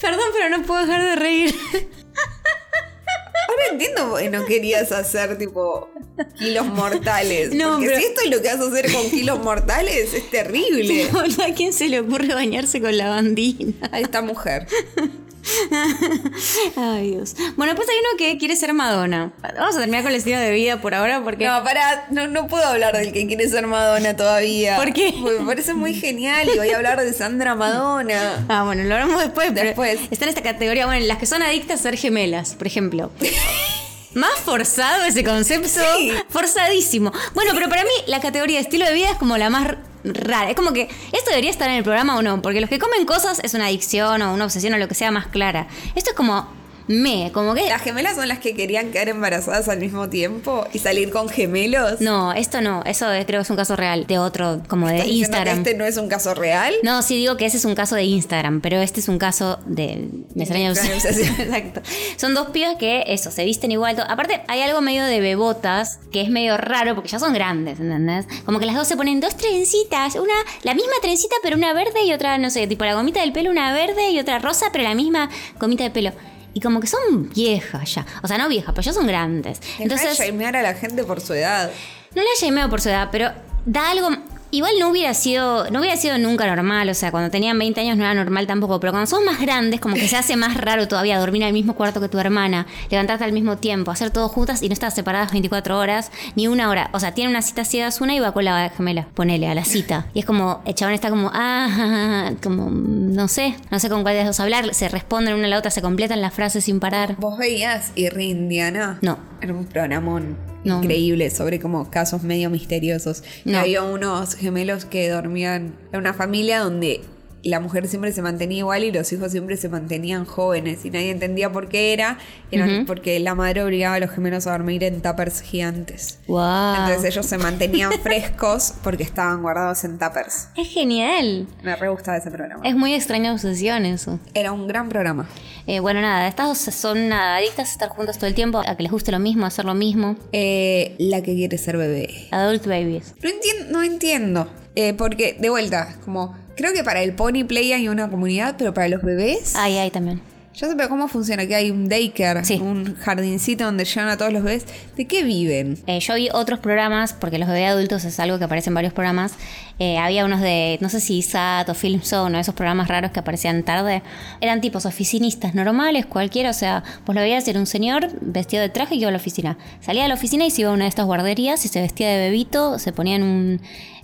Speaker 3: Perdón, pero no puedo dejar de reír.
Speaker 2: Ahora entiendo por qué no querías hacer tipo kilos mortales.
Speaker 3: <laughs> No,
Speaker 2: Porque
Speaker 3: pero-
Speaker 2: si esto es lo que vas a hacer con kilos mortales, es terrible.
Speaker 3: <laughs> Tipo, ¿A quién se le ocurre bañarse
Speaker 2: <laughs>
Speaker 3: con lavandina?
Speaker 2: A esta mujer.
Speaker 3: Ay, Dios. Bueno, pues hay uno que quiere ser Madonna. Vamos a terminar con el estilo de vida por ahora porque...
Speaker 2: No, pará, no, no puedo hablar del que quiere ser Madonna todavía.
Speaker 3: ¿Por qué?
Speaker 2: Porque me parece muy genial y voy a hablar de Sandra Madonna.
Speaker 3: Ah, bueno, lo hablamos después. pero
Speaker 2: Después.
Speaker 3: Está en esta categoría. Bueno, las que son adictas a ser gemelas, por ejemplo. Más forzado ese concepto.
Speaker 2: Sí.
Speaker 3: Forzadísimo. Bueno, pero para mí la categoría de estilo de vida es como la más r- rara. Es como que esto debería estar en el programa o no. Porque los que comen cosas es una adicción o una obsesión o lo que sea más clara. Esto es como me, como que...
Speaker 2: Las gemelas son las que querían quedar embarazadas al mismo tiempo y salir con gemelos.
Speaker 3: No, esto no. Eso es- creo que es un caso real de otro, como de
Speaker 2: ¿Estás diciendo que
Speaker 3: Instagram.
Speaker 2: Este no es un caso real.
Speaker 3: No, sí digo que ese es un caso de Instagram, pero este es un caso de de
Speaker 2: Extraña
Speaker 3: extraña
Speaker 2: <laughs>
Speaker 3: obsesión.
Speaker 2: obsesión.
Speaker 3: Exacto. Son dos pibas que, eso, se visten igual. to- Aparte, hay algo medio de bebotas que es medio raro porque ya son grandes, ¿entendés? Como que las dos se ponen dos trencitas. Una, la misma trencita, pero una verde y otra, no sé, tipo la gomita del pelo, una verde y otra rosa, pero la misma gomita de pelo. Y como que son viejas ya. O sea, no viejas, pero ya son grandes.
Speaker 2: Entonces,
Speaker 3: Entonces,
Speaker 2: de shamear a la gente por su edad.
Speaker 3: no la llameo por su edad, pero da algo. Igual no hubiera sido, no hubiera sido nunca normal, o sea, cuando tenían 20 años no era normal tampoco, pero cuando son más grandes como que se hace más raro todavía dormir en el mismo cuarto que tu hermana, levantarte al mismo tiempo, hacer todo juntas y no estar separadas 24 horas ni una hora. O sea, tiene una cita ciegas una y va con la gemela, ponele a la cita. Y es como, el chabón está como, ah, ja, ja, ja", como, no sé, no sé con cuál de las dos hablar, se responden una a la otra, se completan las frases sin parar.
Speaker 2: ¿Vos veías Irre Indiana?
Speaker 3: No.
Speaker 2: Era un programón
Speaker 3: No.
Speaker 2: increíble sobre como casos medio misteriosos. Y
Speaker 3: No.
Speaker 2: había unos gemelos que dormían en una familia donde la mujer siempre se mantenía igual y los hijos siempre se mantenían jóvenes y nadie entendía por qué era. Era porque la madre obligaba a los gemelos a dormir en tuppers gigantes.
Speaker 3: Wow.
Speaker 2: Entonces ellos se
Speaker 3: <laughs>
Speaker 2: mantenían frescos porque estaban guardados en tuppers.
Speaker 3: es genial.
Speaker 2: Me re gustaba ese programa.
Speaker 3: Es muy extraña obsesión eso.
Speaker 2: Era un gran programa.
Speaker 3: Eh, bueno, nada, estas dos son nada, adictas a estar juntas todo el tiempo, a que les guste lo mismo, a hacer lo mismo.
Speaker 2: Eh, la que quiere ser bebé.
Speaker 3: Adult babies.
Speaker 2: No entiendo, no entiendo. Eh, porque, de vuelta, como, creo que para el Pony Play hay una comunidad, pero para los bebés.
Speaker 3: Ay, ay, también.
Speaker 2: Yo sé, pero ¿cómo funciona? Que hay un daycare,
Speaker 3: Ah. Sí.
Speaker 2: un jardincito donde llevan a todos los bebés. ¿De qué viven?
Speaker 3: Eh, yo vi otros programas, porque los bebés adultos es algo que aparece en varios programas. Eh, había unos de, no sé si SAT o Film Zone o esos programas raros que aparecían tarde. Eran tipos oficinistas normales, cualquiera. O sea, vos lo veías, era un señor vestido de traje que iba a la oficina. Salía de la oficina y se iba a una de estas guarderías y se vestía de bebito, se ponía en un-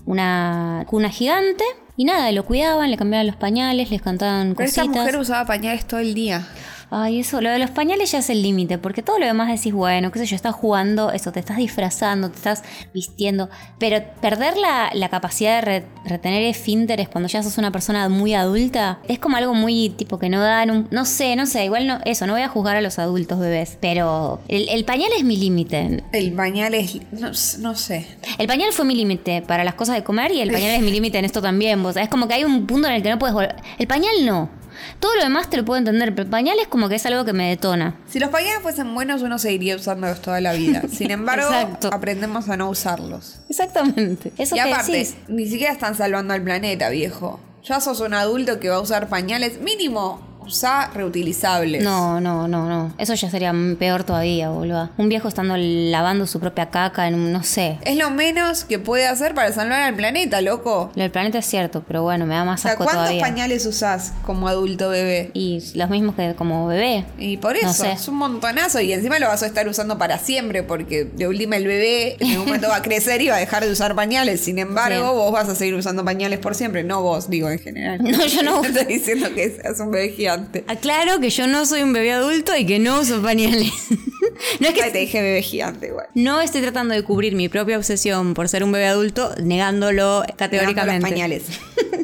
Speaker 3: una cuna gigante. Y nada, lo cuidaban, le cambiaban los pañales, les cantaban
Speaker 2: Pero esta
Speaker 3: cositas.
Speaker 2: mujer usaba pañales todo el día.
Speaker 3: Ay, eso, lo de los pañales ya es el límite, porque todo lo demás decís, bueno, qué sé yo, estás jugando, eso, te estás disfrazando, te estás vistiendo, pero perder la, la capacidad de re- retener esfínteres cuando ya sos una persona muy adulta es como algo muy tipo que no dan un... No sé, no sé, igual no, eso, no voy a juzgar a los adultos bebés, pero el, el pañal es mi límite.
Speaker 2: El pañal es. No, s- no sé.
Speaker 3: El pañal fue mi límite para las cosas de comer y el pañal es mi límite en esto también, vos sabés, es como que hay un punto en el que no puedes volver... El pañal no. Todo lo demás te lo puedo entender, pero el pañal es como que es algo que me detona.
Speaker 2: Si los pañales fuesen buenos, uno seguiría usándolos toda la <laughs> vida. Sin embargo,
Speaker 3: Exacto.
Speaker 2: aprendemos a no usarlos.
Speaker 3: Exactamente. <laughs> Eso
Speaker 2: y
Speaker 3: que
Speaker 2: aparte,
Speaker 3: decís.
Speaker 2: ni siquiera están salvando al planeta, viejo. Ya sos un adulto que va a usar pañales. Mínimo, usá reutilizables.
Speaker 3: No, no, no, no. Eso ya sería peor todavía, boludo. Un viejo estando lavando su propia caca en un, no sé.
Speaker 2: Es lo menos que puede hacer para salvar al planeta, loco.
Speaker 3: Lo del planeta es cierto, pero bueno, me da
Speaker 2: O
Speaker 3: más
Speaker 2: sea,
Speaker 3: asco
Speaker 2: ¿cuántos
Speaker 3: todavía.
Speaker 2: pañales usás como adulto bebé?
Speaker 3: Y los mismos que como bebé.
Speaker 2: Y por eso,
Speaker 3: No sé.
Speaker 2: es un montonazo. Y encima lo vas a estar usando para siempre, porque de última el bebé en algún momento va a crecer y va a dejar de usar pañales. Sin embargo,
Speaker 3: Sí.
Speaker 2: vos vas a seguir usando pañales por siempre. No vos, digo, en general.
Speaker 3: No,
Speaker 2: <laughs>
Speaker 3: yo no.
Speaker 2: estoy diciendo que seas un bebé gigante.
Speaker 3: Aclaro que yo no soy un bebé adulto y que no uso pañales. <laughs> no Ah, es que
Speaker 2: Ay, te dije bebé gigante, igual.
Speaker 3: No estoy tratando de cubrir mi propia obsesión por ser un bebé adulto negándolo categóricamente.
Speaker 2: Los pañales.
Speaker 3: <laughs>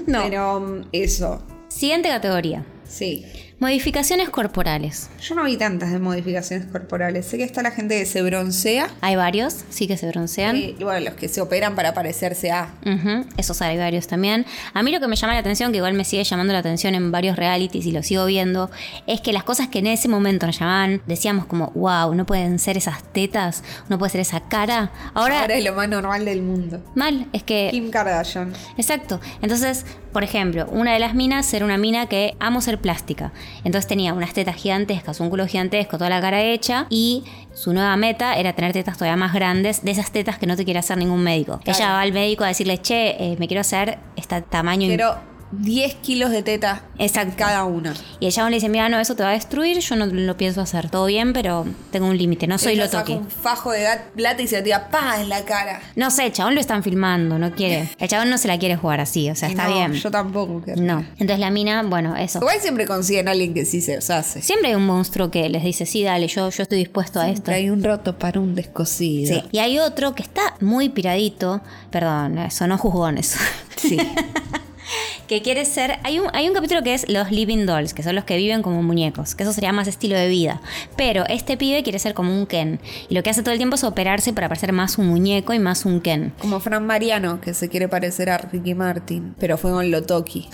Speaker 3: No.
Speaker 2: Pero um, eso,
Speaker 3: Siguiente categoría.
Speaker 2: sí.
Speaker 3: Modificaciones corporales.
Speaker 2: Yo no vi tantas de modificaciones corporales. Sé que está la gente que se broncea.
Speaker 3: Hay varios, sí que se broncean.
Speaker 2: eh, y bueno, los que se operan para parecerse a.
Speaker 3: Ujú, Esos hay varios también. A mí lo que me llama la atención, que igual me sigue llamando la atención en varios realities y lo sigo viendo, es que las cosas que en ese momento nos llamaban, decíamos como, wow, no pueden ser esas tetas, no puede ser esa cara. Ahora, Eh,
Speaker 2: Ahora es lo más normal del mundo.
Speaker 3: mal, es que
Speaker 2: Kim Kardashian.
Speaker 3: Exacto. Entonces, por ejemplo, una de las minas era una mina que amo ser plástica. Entonces tenía unas tetas gigantescas, un culo gigantesco, toda la cara hecha y su nueva meta era tener tetas todavía más grandes, de esas tetas que no te quiere hacer ningún médico.
Speaker 2: Claro.
Speaker 3: Ella va al médico a decirle, che, eh, me quiero hacer este tamaño.
Speaker 2: Quiero 10 kilos de teta
Speaker 3: Exacto.
Speaker 2: cada una.
Speaker 3: Y el chabón le dice, mira, no, eso te va a destruir, yo no lo pienso hacer. Todo bien, pero tengo un límite, no soy
Speaker 2: Ella
Speaker 3: lo
Speaker 2: saca
Speaker 3: toque.
Speaker 2: un fajo de edad plata y se la tira pa en la cara.
Speaker 3: No sé, el chabón lo están filmando, no
Speaker 2: <laughs>
Speaker 3: quiere. El chabón no se la quiere jugar así, o sea,
Speaker 2: Y
Speaker 3: está
Speaker 2: no,
Speaker 3: bien.
Speaker 2: Yo tampoco. querría.
Speaker 3: No. Entonces la mina, bueno, eso.
Speaker 2: Igual siempre consiguen a alguien que sí se hace.
Speaker 3: Siempre hay un monstruo que les dice, sí, dale, yo, yo estoy dispuesto a esto.
Speaker 2: Hay un roto para un descosido.
Speaker 3: Sí. Y hay otro que está muy piradito, perdón, eh, sonó juzgones, <laughs>
Speaker 2: Sí.
Speaker 3: que quiere ser, hay un, hay un capítulo que es los living dolls, que son los que viven como muñecos, que eso sería más estilo de vida. Pero este pibe quiere ser como un Ken, y lo que hace todo el tiempo es operarse para parecer más un muñeco y más un Ken.
Speaker 2: Como Fran Mariano, que se quiere parecer a Ricky Martin, pero fue con Lotoki.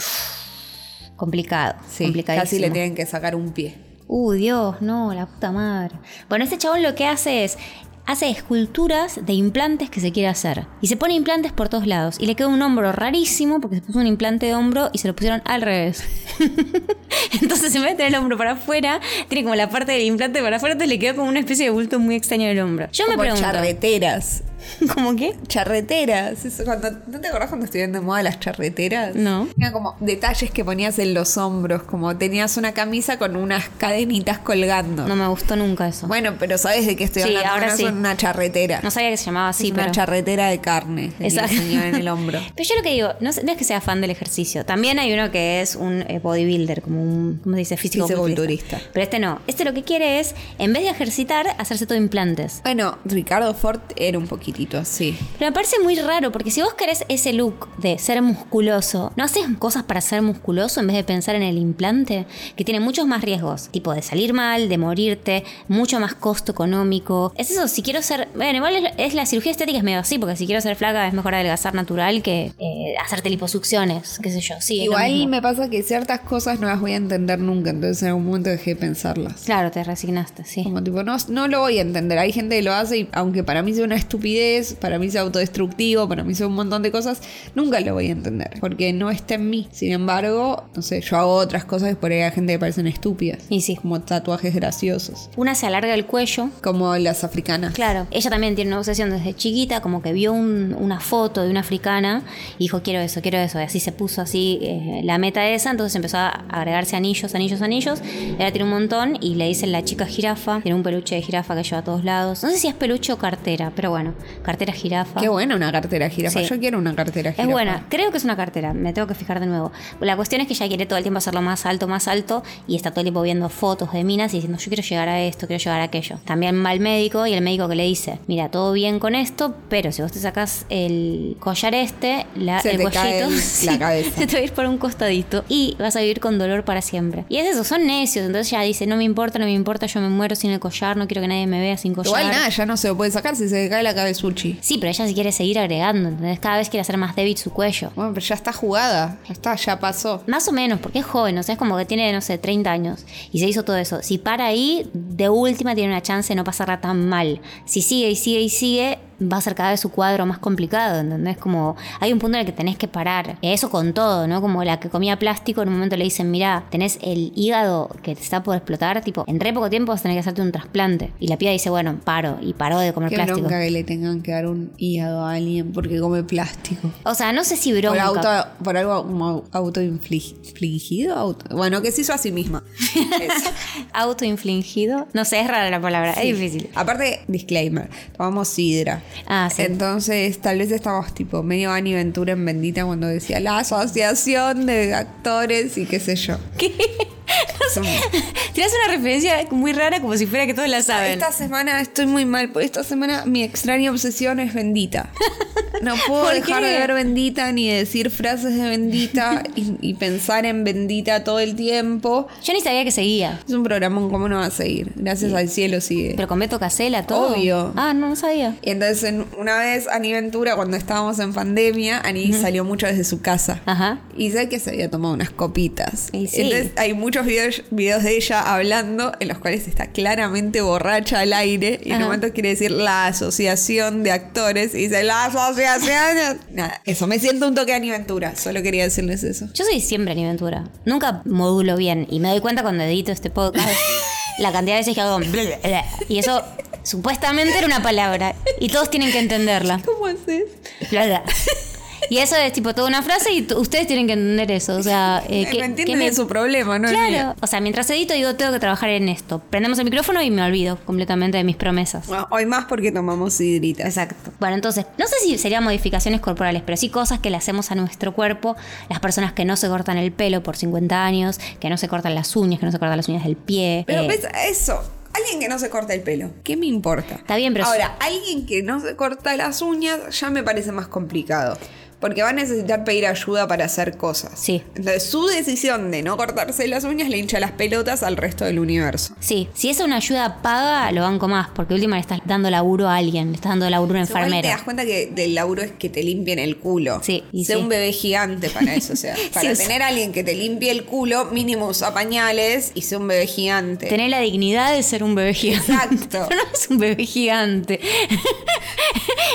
Speaker 3: Complicado,
Speaker 2: Sí,
Speaker 3: complicadísimo.
Speaker 2: casi le tienen que sacar un pie.
Speaker 3: Uh, Dios, no, la puta madre. Bueno, este chabón lo que hace es. Hace esculturas de implantes que se quiere hacer. Y se pone implantes por todos lados. Y le queda un hombro rarísimo porque se puso un implante de hombro y se lo pusieron al revés. <laughs> entonces, en vez de tener el hombro para afuera, tiene como la parte del implante para afuera. Entonces, le quedó como una especie de bulto muy extraño del hombro. Yo me
Speaker 2: Como
Speaker 3: pregunto.
Speaker 2: charreteras.
Speaker 3: <laughs> ¿Cómo qué?
Speaker 2: Charreteras. Eso cuando- ¿No te acordás cuando estuvieron de moda las charreteras?
Speaker 3: No.
Speaker 2: Era como detalles que ponías en los hombros, como tenías una camisa con unas cadenitas colgando.
Speaker 3: No me gustó nunca eso.
Speaker 2: Bueno, pero sabes de qué estoy
Speaker 3: Sí,
Speaker 2: hablando.
Speaker 3: ahora
Speaker 2: no
Speaker 3: sí.
Speaker 2: es una charretera.
Speaker 3: No sabía que se llamaba así,
Speaker 2: es una
Speaker 3: pero.
Speaker 2: charretera de carne. que
Speaker 3: Exacto.
Speaker 2: tiene la señora en
Speaker 3: <laughs>
Speaker 2: el hombro.
Speaker 3: Pero yo lo que digo, no, sé- no es que sea fan del ejercicio. También hay uno que es un eh, bodybuilder, como un, ¿cómo se dice? Físico
Speaker 2: Fisiculturista.
Speaker 3: Pero este no. Este lo que quiere es, en vez de ejercitar, hacerse todo implantes.
Speaker 2: Bueno, Ricardo Ford era un poquitito así.
Speaker 3: Pero me parece muy raro, porque si vos querés ese look de ser musculoso, ¿no haces cosas para ser musculoso en vez de pensar en el implante? Que tiene muchos más riesgos, tipo de salir mal, de morirte, mucho más costo económico. Es eso, si quiero ser. Bueno, igual es, es la cirugía estética es medio así, porque si quiero ser flaca es mejor adelgazar natural que eh, hacerte liposucciones, qué sé yo. Sí, es lo
Speaker 2: Igual
Speaker 3: mismo.
Speaker 2: me pasa que ciertas cosas no las voy a entender nunca, entonces en algún momento dejé de pensarlas.
Speaker 3: Claro, te resignaste, sí.
Speaker 2: Como tipo, no, no lo voy a entender. Hay gente que lo hace y aunque para mí sea una estupidez, para mí sea autodestructivo, para mí sea un montón de cosas, nunca lo voy a entender. Porque no está en mí. Sin embargo, no sé, yo hago otras cosas que por ahí a gente que parecen estúpidas.
Speaker 3: Y sí.
Speaker 2: Como tatuajes graciosos.
Speaker 3: Una se alarga el cuello.
Speaker 2: Como las africanas.
Speaker 3: Claro, ella también tiene una obsesión desde chiquita, como que vio un- una foto de una africana y dijo, quiero eso, quiero eso. Y así se puso así eh, la meta esa, entonces empezó a agregarse anillos, anillos, anillos. Y ahora tiene un montón y le dicen la chica jirafa, tiene un peluche de jirafa que lleva a todos lados. No sé si es peluche o cartera, pero bueno, cartera jirafa.
Speaker 2: Qué buena una cartera jirafa.
Speaker 3: Sí.
Speaker 2: Yo quiero una cartera
Speaker 3: Es
Speaker 2: jirafa.
Speaker 3: buena, creo que es una cartera, me tengo que fijar de nuevo. La cuestión es que ella quiere todo el tiempo hacerlo más alto, más alto, y está todo el tiempo viendo fotos de minas y diciendo, yo quiero llegar a esto, quiero llegar a aquello. También va al médico y el médico que le dice, mira, todo bien con esto, pero si vos te sacás el collar este, la,
Speaker 2: Se
Speaker 3: el
Speaker 2: te
Speaker 3: cuellito,
Speaker 2: cae
Speaker 3: <laughs>
Speaker 2: el- la cabeza.
Speaker 3: se te va a ir por un costadito y vas a vivir con dolor para siempre. Y es eso, son necios, entonces ella dice, no me importa, no me importa, yo me muero sin el collar, no quiero que nadie me vea sin collar.
Speaker 2: Igual nada, ya no se lo puede sacar si se le cae la cabezuchi.
Speaker 3: Sí, pero ella se quiere seguir agregando, ¿entendés? Cada vez quiere hacer más débil su cuello.
Speaker 2: Bueno, pero ya está jugada. Ya está, ya pasó.
Speaker 3: Más o menos, porque es joven, o sea, es como que tiene, no sé, 30 años y se hizo todo eso. Si para ahí, de última tiene una chance de no pasarla tan mal. Si sigue y sigue y sigue, va a ser cada vez su cuadro más complicado, ¿entendés? Como hay un punto en el que tenés que parar. Eso con todo, ¿no? Como la que comía plástico, en un momento le dicen, mira, tenés el hígado que te está por explotar, tipo, en re poco tiempo vas a tener que hacerte un trasplante. Y la piba dice, bueno, paro, y paró de comer
Speaker 2: Qué
Speaker 3: plástico.
Speaker 2: bronca que le tengan que dar un hígado a alguien porque come plástico.
Speaker 3: O sea, no sé si
Speaker 2: Por,
Speaker 3: bronca.
Speaker 2: auto- por algo como autoinfligido. auto- bueno, que se hizo a sí
Speaker 3: <laughs>
Speaker 2: misma. Eso.
Speaker 3: Autoinfligido. No sé, es rara la palabra, es difícil.
Speaker 2: Aparte, disclaimer, tomamos sidra.
Speaker 3: Ah,
Speaker 2: Eh,
Speaker 3: sí.
Speaker 2: Entonces, tal vez estamos tipo medio Ani Ventura en bendita cuando decía la asociación de actores y qué sé yo. <laughs>
Speaker 3: ¿Qué?
Speaker 2: Son-
Speaker 3: <laughs> Tirás una referencia muy rara como si fuera que todos la saben.
Speaker 2: Esta semana estoy muy mal, por esta semana mi extraña obsesión es bendita.
Speaker 3: <laughs>
Speaker 2: No puedo
Speaker 3: ¿Por
Speaker 2: dejar
Speaker 3: qué?
Speaker 2: de ver bendita ni de decir frases de bendita y, y pensar en bendita todo el tiempo.
Speaker 3: Yo ni sabía que seguía.
Speaker 2: Es un programa, ¿cómo no va a seguir? Gracias al cielo sigue.
Speaker 3: Pero con Beto Casella, todo.
Speaker 2: Obvio.
Speaker 3: Ah, no, no sabía.
Speaker 2: Y entonces en- una vez Ani Ventura, cuando estábamos en pandemia, Ani salió mucho desde su casa.
Speaker 3: Ajá.
Speaker 2: Y sé que se había tomado unas copitas.
Speaker 3: Y sí.
Speaker 2: Entonces hay muchos videos, videos de ella hablando en los cuales está claramente borracha al aire. Y en
Speaker 3: Ajá.
Speaker 2: un momento quiere decir la asociación de actores. Y dice la
Speaker 3: <laughs>
Speaker 2: asociación. de-". Nada, eso. Me siento un toque Ani Ventura. Solo quería decirles eso.
Speaker 3: Yo soy siempre Ani Ventura. Nunca modulo bien. Y me doy cuenta cuando edito
Speaker 2: <laughs>
Speaker 3: este podcast la cantidad de veces que hago. bleh, bleh. Y eso supuestamente era una palabra. Y todos tienen que entenderla.
Speaker 2: ¿Cómo haces?
Speaker 3: Bleh, bleh. Y eso es tipo toda una frase y t- ustedes tienen que entender eso. O sea, eh,
Speaker 2: Me
Speaker 3: ¿qué-
Speaker 2: entienden
Speaker 3: qué me-
Speaker 2: de su problema, ¿no? el mío.
Speaker 3: Claro. O sea, mientras edito digo, tengo que trabajar en esto. Prendemos el micrófono y me olvido completamente de mis promesas.
Speaker 2: Bueno, Hoy más porque tomamos sidritas.
Speaker 3: Exacto. Bueno, entonces, no sé si serían modificaciones corporales, pero sí cosas que le hacemos a nuestro cuerpo. Las personas que no se cortan el pelo por 50 años, que no se cortan las uñas, que no se cortan las uñas del pie.
Speaker 2: Pero
Speaker 3: eh,
Speaker 2: ves, eso, alguien que no se corta el pelo, ¿qué me importa?
Speaker 3: Está bien, pero-
Speaker 2: Ahora, alguien que no se corta las uñas ya me parece más complicado. Porque va a necesitar pedir ayuda para hacer cosas.
Speaker 3: Sí.
Speaker 2: Entonces, su decisión de no cortarse las uñas le hincha las pelotas al resto del universo.
Speaker 3: Sí, si es una ayuda paga, lo banco más, porque última le estás dando laburo a alguien, le estás dando laburo a una
Speaker 2: Igual te das
Speaker 3: enfermera.
Speaker 2: cuenta que del laburo es que te limpien el culo.
Speaker 3: Sí, y
Speaker 2: Sé
Speaker 3: sí.
Speaker 2: un bebé gigante para eso. O sea, para
Speaker 3: <laughs> Sí,
Speaker 2: tener a alguien que te limpie el culo, mínimo usa pañales y sé un bebé gigante.
Speaker 3: Tener la dignidad de ser un bebé gigante.
Speaker 2: Exacto.
Speaker 3: Pero <laughs> no es un bebé gigante. <laughs>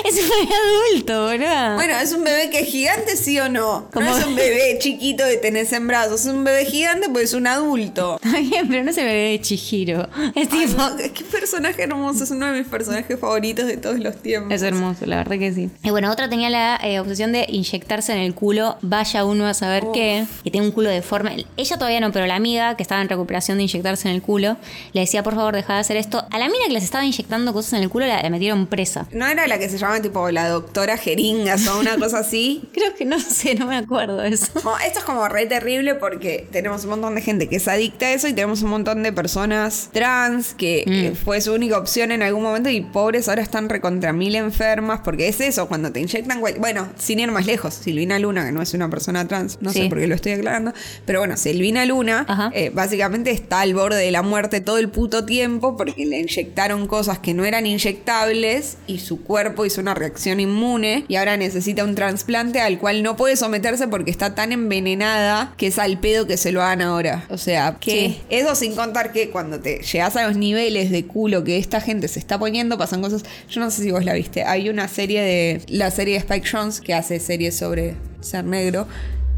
Speaker 3: es un bebé adulto, ¿verdad?
Speaker 2: Bueno, es un bebé que es gigante, sí o no.
Speaker 3: Como-
Speaker 2: No es un bebé chiquito que tenés en brazos. Es un bebé gigante porque es un adulto.
Speaker 3: Está bien, pero no es el bebé de Chihiro. Es
Speaker 2: Ay,
Speaker 3: tipo.
Speaker 2: no, qué personaje hermoso. Es uno de mis personajes favoritos de todos los tiempos.
Speaker 3: Es hermoso, la verdad que sí. Y bueno, otra tenía la eh, obsesión de inyectarse en el culo, vaya uno a saber qué, que tiene un culo deforme. Ella todavía no, pero la amiga que estaba en recuperación de inyectarse en el culo, le decía, por favor, deja de hacer esto. A la mina que les estaba inyectando cosas en el culo, la, la metieron presa.
Speaker 2: ¿No era la que se llama tipo la doctora jeringas o una cosa así?
Speaker 3: Creo que no sé, no me acuerdo de eso.
Speaker 2: Como, esto es como re terrible porque tenemos un montón de gente que es adicta a eso y tenemos un montón de personas trans que eh, fue su única opción en algún momento y pobres ahora están recontra mil enfermas porque es eso, cuando te inyectan... cual- Bueno, sin ir más lejos, Silvina Luna, que no es una persona trans, no sé
Speaker 3: Sí.
Speaker 2: por qué lo estoy aclarando, pero bueno, Silvina Luna
Speaker 3: Ajá.
Speaker 2: eh, básicamente está al borde de la muerte todo el puto tiempo porque le inyectaron cosas que no eran inyectables y su cuerpo hizo una reacción inmune y ahora necesita un trasplante al cual no puede someterse porque está tan envenenada que es al pedo que se lo dan ahora. O sea, que
Speaker 3: Sí.
Speaker 2: eso sin contar que cuando te llegas a los niveles de culo que esta gente se está poniendo, pasan cosas. Yo no sé si vos la viste. Hay una serie de. La serie de Spike Jones que hace series sobre ser negro.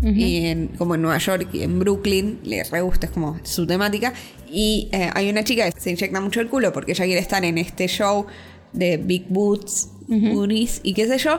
Speaker 2: Y en- como en Nueva York y en Brooklyn, le re gusta, es como su temática. Y eh, hay una chica que se inyecta mucho el culo porque ella quiere estar en este show de Big Boots, Booties y qué sé yo.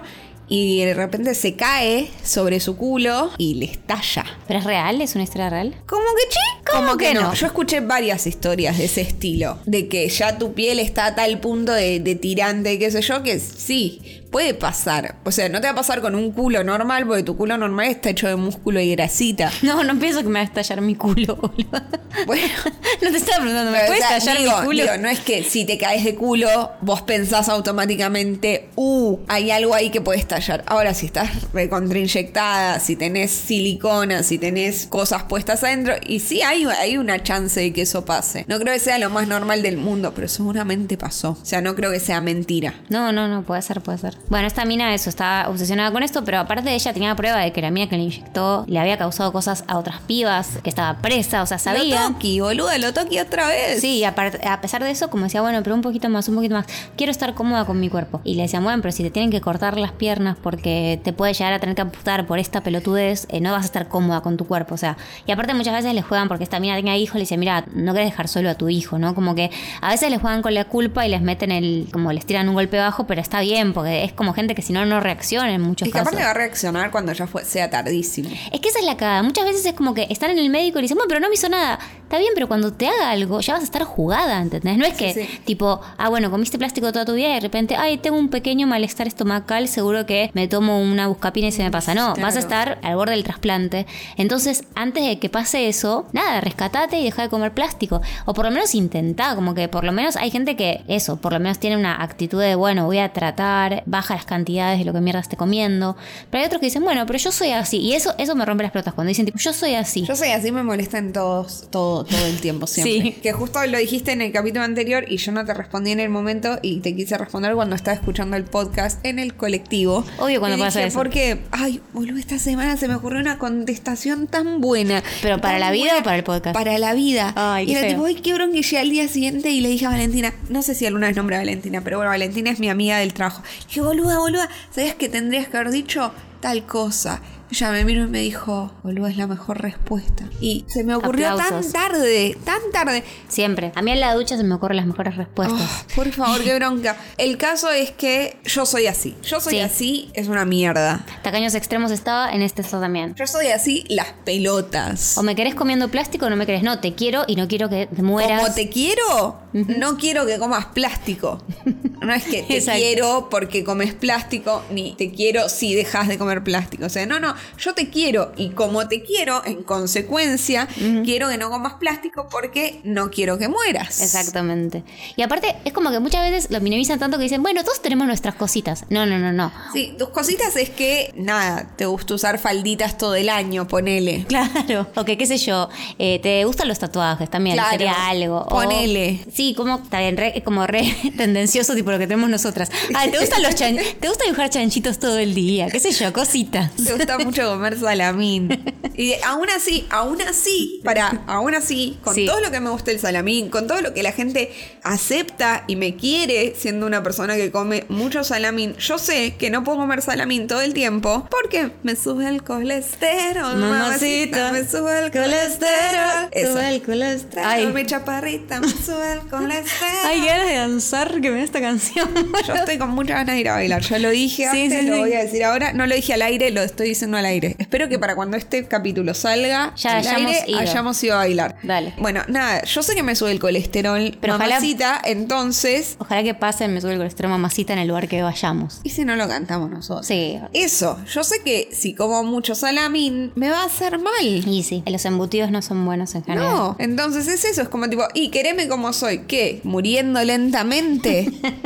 Speaker 2: Y de repente se cae sobre su culo y le estalla.
Speaker 3: ¿Pero es real? ¿Es una historia real?
Speaker 2: ¿Cómo que sí?
Speaker 3: ¿Cómo que no?
Speaker 2: Yo escuché varias historias de ese estilo. De que ya tu piel está a tal punto de, de tirante, qué sé yo, que sí, puede pasar. O sea, no te va a pasar con un culo normal, porque tu culo normal está hecho de músculo y grasita.
Speaker 3: No, no pienso que me va a estallar mi culo, boludo.
Speaker 2: Bueno.
Speaker 3: <laughs> No te estaba preguntando, ¿me
Speaker 2: Pero,
Speaker 3: puede
Speaker 2: o sea,
Speaker 3: estallar
Speaker 2: digo,
Speaker 3: mi culo?
Speaker 2: digo, no es que si te caes de culo, vos pensás automáticamente, uh, hay algo ahí que puede estallar. Ahora, si estás recontrainyectada, si tenés silicona, si tenés cosas puestas adentro, y sí hay, hay una chance de que eso pase. No creo que sea lo más normal del mundo, pero seguramente pasó. O sea, no creo que sea mentira.
Speaker 3: No, no, no, puede ser, puede ser. Bueno, esta mina eso, estaba obsesionada con esto, pero aparte de ella tenía prueba de que la mina que le inyectó le había causado cosas a otras pibas, que estaba presa, o sea, sabía.
Speaker 2: Lo toqui, boluda, lo toqui otra vez.
Speaker 3: Sí, y aparte- a pesar de eso, como decía, bueno, pero un poquito más, un poquito más. Quiero estar cómoda con mi cuerpo. Y le decían, bueno, pero si te tienen que cortar las piernas porque te puede llegar a tener que amputar por esta pelotudez, eh, no vas a estar cómoda con tu cuerpo. O sea, y aparte muchas veces le juegan porque esta mina tenía hijos, le dicen, mira, no querés dejar solo a tu hijo, ¿no? Como que a veces le juegan con la culpa y les meten el, como les tiran un golpe bajo, pero está bien, porque es como gente que si no, no reacciona en muchos
Speaker 2: Es que
Speaker 3: casos.
Speaker 2: aparte va a reaccionar cuando ya fue, sea tardísimo.
Speaker 3: Es que esa es la cagada. Muchas veces es como que están en el médico y le dicen, bueno, pero no me hizo nada. Está bien, pero cuando te haga algo, ya vas a estar jugada, ¿entendés? No es que,
Speaker 2: sí.
Speaker 3: tipo, ah, bueno, comiste plástico toda tu vida y de repente, ay, tengo un pequeño malestar estomacal, seguro que me tomo una buscapina y se me pasa. No, vas
Speaker 2: Claro.
Speaker 3: a estar al borde del trasplante. Entonces, antes de que pase eso, nada, rescatate y deja de comer plástico. O por lo menos intentá, como que por lo menos hay gente que, eso, por lo menos tiene una actitud de, bueno, voy a tratar, baja las cantidades de lo que mierda esté comiendo. Pero hay otros que dicen, bueno, pero yo soy así. Y eso, eso me rompe las pelotas cuando dicen, tipo, yo soy así.
Speaker 2: Yo soy así, me molestan todos, todo, todo el tiempo, siempre.
Speaker 3: <laughs> Sí.
Speaker 2: Que justo lo dijiste en el capítulo anterior y yo no te respondí en el momento y te quise responder cuando estaba escuchando el podcast en el colectivo.
Speaker 3: Obvio cuando
Speaker 2: Y
Speaker 3: pasa
Speaker 2: dije,
Speaker 3: eso.
Speaker 2: Porque, ay, boludo, esta semana se me ocurrió una contestación tan buena.
Speaker 3: ¿Pero para
Speaker 2: tan
Speaker 3: la vida
Speaker 2: buena
Speaker 3: o para el podcast?
Speaker 2: Para la vida.
Speaker 3: Ay, qué
Speaker 2: y era
Speaker 3: feo.
Speaker 2: tipo, ay, qué bronca. Y llegué al día siguiente y le dije a Valentina, no sé si alguna vez nombré a Valentina, pero bueno, Valentina es mi amiga del trabajo. Le dije, boluda, boluda, ¿sabías que tendrías que haber dicho tal cosa? Ella me miró y me dijo, boluda, es la mejor respuesta. Y se me ocurrió
Speaker 3: Aplausos.
Speaker 2: tan tarde, tan tarde.
Speaker 3: Siempre. A mí en la ducha se me ocurren las mejores respuestas.
Speaker 2: Oh, por favor, qué bronca. El caso es que yo soy así. Yo soy
Speaker 3: Sí.
Speaker 2: así, es una mierda.
Speaker 3: Tacaños extremos estaba, en este está también.
Speaker 2: Yo soy así, las pelotas.
Speaker 3: O me querés comiendo plástico o no me querés. No, te quiero y no quiero que te mueras.
Speaker 2: Como te quiero, no quiero que comas plástico. No es
Speaker 3: <laughs>
Speaker 2: que te
Speaker 3: Exacto.
Speaker 2: quiero porque comes plástico, ni te quiero si dejas de comer plástico. O sea, no, no, yo te quiero y como te quiero, en consecuencia, quiero que no comas plástico porque no quiero que mueras.
Speaker 3: Exactamente. Y aparte, es como que muchas veces lo minimizan tanto que dicen, bueno, todos tenemos nuestras cositas. No, no, no, no.
Speaker 2: Sí, tus cositas es que, nada, te gusta usar falditas todo el año, ponele.
Speaker 3: <laughs> Claro. O que, qué sé yo, eh, te gustan los tatuajes también,
Speaker 2: Claro.
Speaker 3: sería algo. O-
Speaker 2: Ponele.
Speaker 3: sí, como, está bien, re- como re <laughs> tendencioso, tipo lo que tenemos nosotras. Ah, te gustan los chan- te gusta dibujar chanchitos todo el día, qué sé yo, cositas.
Speaker 2: Te gusta mucho comer salamín. Y de- aún así, aún así, para, aún así, con
Speaker 3: Sí.
Speaker 2: todo lo que me gusta el salamín, con todo lo que la gente acepta y me quiere siendo una persona que come mucho salamín, yo sé que no puedo comer salamín todo el tiempo porque me sube el colesterol, mamacita,
Speaker 3: Mamacita,
Speaker 2: me sube el colesterol. Eso.
Speaker 3: Sube el colesterol.
Speaker 2: Ay.
Speaker 3: Ay,
Speaker 2: Mi chaparrita, me sube
Speaker 3: <laughs>
Speaker 2: el colesterol.
Speaker 3: ay, ganas de danzar que me da esta canción.
Speaker 2: Yo estoy con muchas ganas de ir a bailar. Ya lo dije
Speaker 3: Sí,
Speaker 2: antes,
Speaker 3: sí,
Speaker 2: lo
Speaker 3: sí.
Speaker 2: voy a decir ahora. No lo dije al aire, lo estoy diciendo al aire. Espero que para cuando este capítulo salga,
Speaker 3: Ya
Speaker 2: al
Speaker 3: hayamos
Speaker 2: aire,
Speaker 3: ido.
Speaker 2: hayamos ido a bailar.
Speaker 3: Dale.
Speaker 2: Bueno, nada, yo sé que me sube el colesterol,
Speaker 3: Pero
Speaker 2: pero
Speaker 3: ojalá-
Speaker 2: mamacita, entonces.
Speaker 3: <laughs> Ojalá que pasen, me sube el colesterol mamacita en el lugar que vayamos.
Speaker 2: ¿Y si no lo cantamos nosotros?
Speaker 3: Sí.
Speaker 2: Eso, yo sé que si como mucho salamín, me va a hacer mal.
Speaker 3: Y sí, los embutidos no son buenos en general.
Speaker 2: No, entonces es eso, es como tipo, y quereme como soy, ¿qué? ¿Muriendo lentamente?
Speaker 3: <laughs>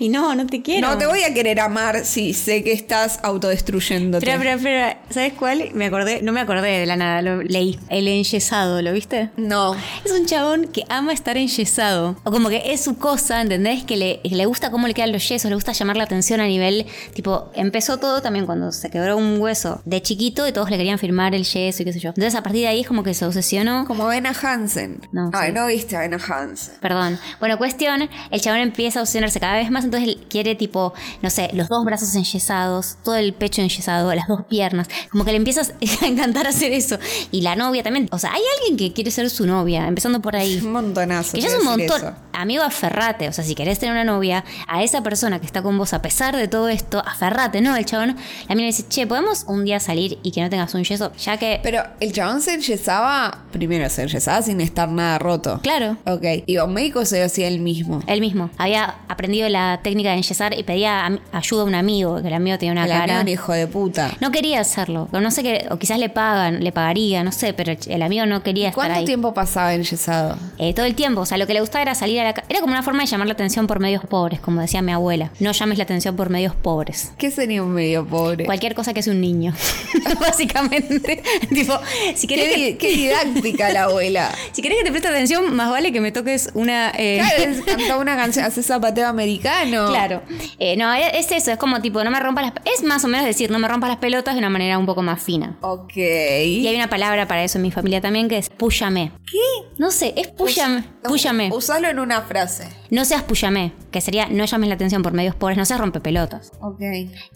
Speaker 3: Y no, no te <laughs> quiero.
Speaker 2: no te voy a querer amar si sé que estás autodestruyéndote.
Speaker 3: Espera, espera, espera. ¿Sabes cuál? Me acordé, no me acordé de la nada, lo leí. El enyesado, ¿lo viste?
Speaker 2: No.
Speaker 3: Es un chabón que ama estar enyesado. O como que es su cosa, ¿entendés? Que le, le gusta cómo le quedan los yesos, le gusta llamar la atención a nivel. Tipo, empezó todo también cuando se quebró un hueso de chiquito y todos le querían firmar el yeso y qué sé yo. Entonces a partir de ahí es como que se obsesionó.
Speaker 2: Como Vena Hansen.
Speaker 3: No,
Speaker 2: Ay,
Speaker 3: sí.
Speaker 2: no viste a Vena Hansen.
Speaker 3: Perdón. Bueno, cuestión, el chabón empieza a obsesionarse cada vez más, entonces él quiere tipo, no sé, los dos brazos enyesados, todo el pecho enyesado, las dos piernas, como que le empiezas a <laughs> encantar hacer eso. Y la novia también, o sea, hay alguien que quiere ser su novia, empezando por
Speaker 2: <laughs>
Speaker 3: ahí.
Speaker 2: Un montonazo.
Speaker 3: Que ya
Speaker 2: te
Speaker 3: es un
Speaker 2: voy a decir
Speaker 3: montón.
Speaker 2: eso.
Speaker 3: Amigo, aferrate. O sea, si querés tener una novia, a esa persona que está con vos a pesar de todo esto, aferrate, ¿no? El chabón, la mina dice, che, ¿podemos un día salir y que no tengas un yeso? Ya que,
Speaker 2: Pero el chabón se enyesaba, primero se enyesaba sin estar nada roto.
Speaker 3: claro,
Speaker 2: Ok. Y un médico se lo hacía él mismo.
Speaker 3: Él mismo. Había aprendido la técnica de enyesar y pedía am- ayuda a un amigo, que el amigo tenía una
Speaker 2: El
Speaker 3: cara.
Speaker 2: amigo, un hijo de puta.
Speaker 3: No quería hacerlo. O no sé qué, o quizás le pagan, le pagaría, no sé, pero el ch- el amigo no quería estar
Speaker 2: ¿Cuánto
Speaker 3: ahí.
Speaker 2: tiempo pasaba enyesado?
Speaker 3: Eh, todo el tiempo, o sea, lo que le gustaba era salir a la ca- Era como una forma de llamar la atención por medios pobres, como decía mi abuela. No llames la atención por medios pobres.
Speaker 2: ¿Qué sería un medio pobre?
Speaker 3: Cualquier cosa que es un niño, <laughs> básicamente. <laughs> tipo, si
Speaker 2: ¿Qué,
Speaker 3: querés,
Speaker 2: di-
Speaker 3: que,
Speaker 2: qué didáctica la abuela.
Speaker 3: si querés que te preste atención, más vale que me toques una... <laughs> eh, <laughs>
Speaker 2: Claro, es- cantaba una canción, hace zapateo americano.
Speaker 3: Claro. Eh, no, e- es eso, es como tipo, no me rompas las... Es más o menos decir, no me rompas las pelotas de una manera un poco más fina.
Speaker 2: Ok.
Speaker 3: Y hay una palabra para eso en mi familia también que es púyame.
Speaker 2: ¿Qué?
Speaker 3: No sé, es púyame. Púyame.
Speaker 2: Usalo en una frase.
Speaker 3: No seas púyame, que sería no llames la atención por medios pobres, no seas rompepelotas.
Speaker 2: Ok.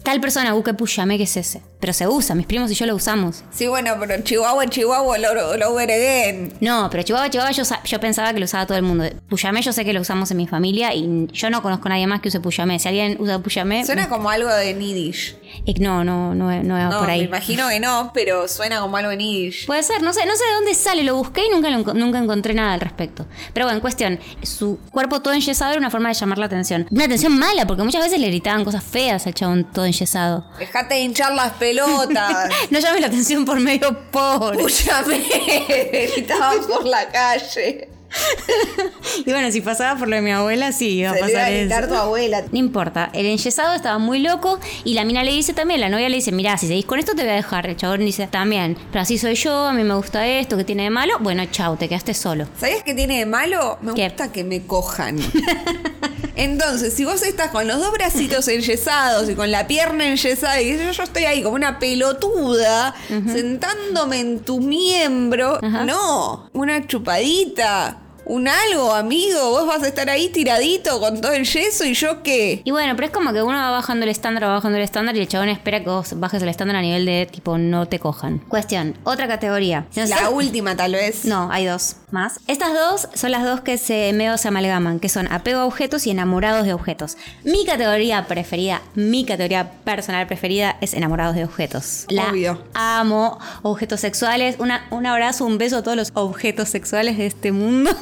Speaker 3: Tal persona, uh, que púyame, que es ese. Pero se usa, mis primos y yo lo usamos.
Speaker 2: Sí, bueno, pero Chihuahua, Chihuahua, lo, lo over again.
Speaker 3: No, pero Chihuahua, Chihuahua, yo, sa- yo pensaba que lo usaba todo el mundo. Puyamé, yo sé que lo usamos en mi familia y yo no conozco a nadie más que use Puyamé. Si alguien usa Puyamé.
Speaker 2: Suena como algo de Nidish.
Speaker 3: eh, no, no, no, no, va
Speaker 2: No,
Speaker 3: por
Speaker 2: me
Speaker 3: ahí.
Speaker 2: imagino que no, pero suena como algo de Nidish.
Speaker 3: Puede ser, no sé, no sé de dónde sale, lo busqué y nunca, lo enco- nunca encontré nada al respecto. Pero bueno, cuestión, su cuerpo todo enyesado era una forma de llamar la atención. Una atención mala, porque muchas veces le gritaban cosas feas al chabón todo enyesado. <laughs>
Speaker 2: Dejate de hinchar las pelotas.
Speaker 3: No llames la atención por medio pobre.
Speaker 2: Escúchame, <laughs> gritabas por la calle.
Speaker 3: Y bueno, si pasaba por lo de mi abuela, sí, iba a
Speaker 2: Se le iba
Speaker 3: pasar
Speaker 2: a
Speaker 3: eso.
Speaker 2: gritar tu abuela.
Speaker 3: No importa, el enyesado estaba muy loco y la mina le dice también, la novia le dice, mirá, si seguís con esto te voy a dejar. El chabón dice, también, pero así soy yo, a mí me gusta esto, ¿qué tiene de malo? Bueno, chau, te quedaste solo.
Speaker 2: ¿Sabías qué tiene de malo? Me
Speaker 3: ¿Qué?
Speaker 2: gusta que me cojan. <laughs> Entonces, si vos estás con los dos bracitos enyesados y con la pierna enyesada y yo, yo estoy ahí como una pelotuda sentándome en tu miembro,
Speaker 3: Ajá.
Speaker 2: no, una chupadita, un algo, amigo, vos vas a estar ahí tiradito con todo el yeso y yo qué.
Speaker 3: Y bueno, pero es como que uno va bajando el estándar, va bajando el estándar y el chabón espera que vos bajes el estándar a nivel de tipo no te cojan. Cuestión, otra categoría. Si
Speaker 2: La
Speaker 3: nosotros-
Speaker 2: última tal vez.
Speaker 3: No, hay dos más. Estas dos son las dos que se medio se amalgaman, que son apego a objetos y enamorados de objetos. Mi categoría preferida, mi categoría personal preferida es enamorados de objetos. La
Speaker 2: Obvio.
Speaker 3: amo. Objetos sexuales. Una, un abrazo, un beso a todos los objetos sexuales de este mundo. <laughs>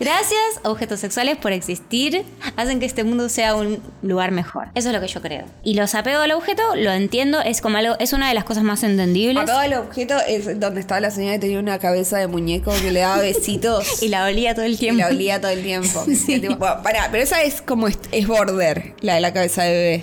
Speaker 3: Gracias, objetos sexuales, por existir. Hacen que este mundo sea un lugar mejor. Eso es lo que yo creo. Y los apego al objeto, lo entiendo, es como algo, es una de las cosas más entendibles.
Speaker 2: Acá el objeto es donde estaba la señora que tenía una cabeza de muñeco que le daba besitos.
Speaker 3: <laughs> Y la olía todo el
Speaker 2: Y
Speaker 3: tiempo.
Speaker 2: la olía todo el tiempo.
Speaker 3: <laughs>
Speaker 2: Que tipo, bueno, pará, pero esa es como es, es border, la de la cabeza de bebé.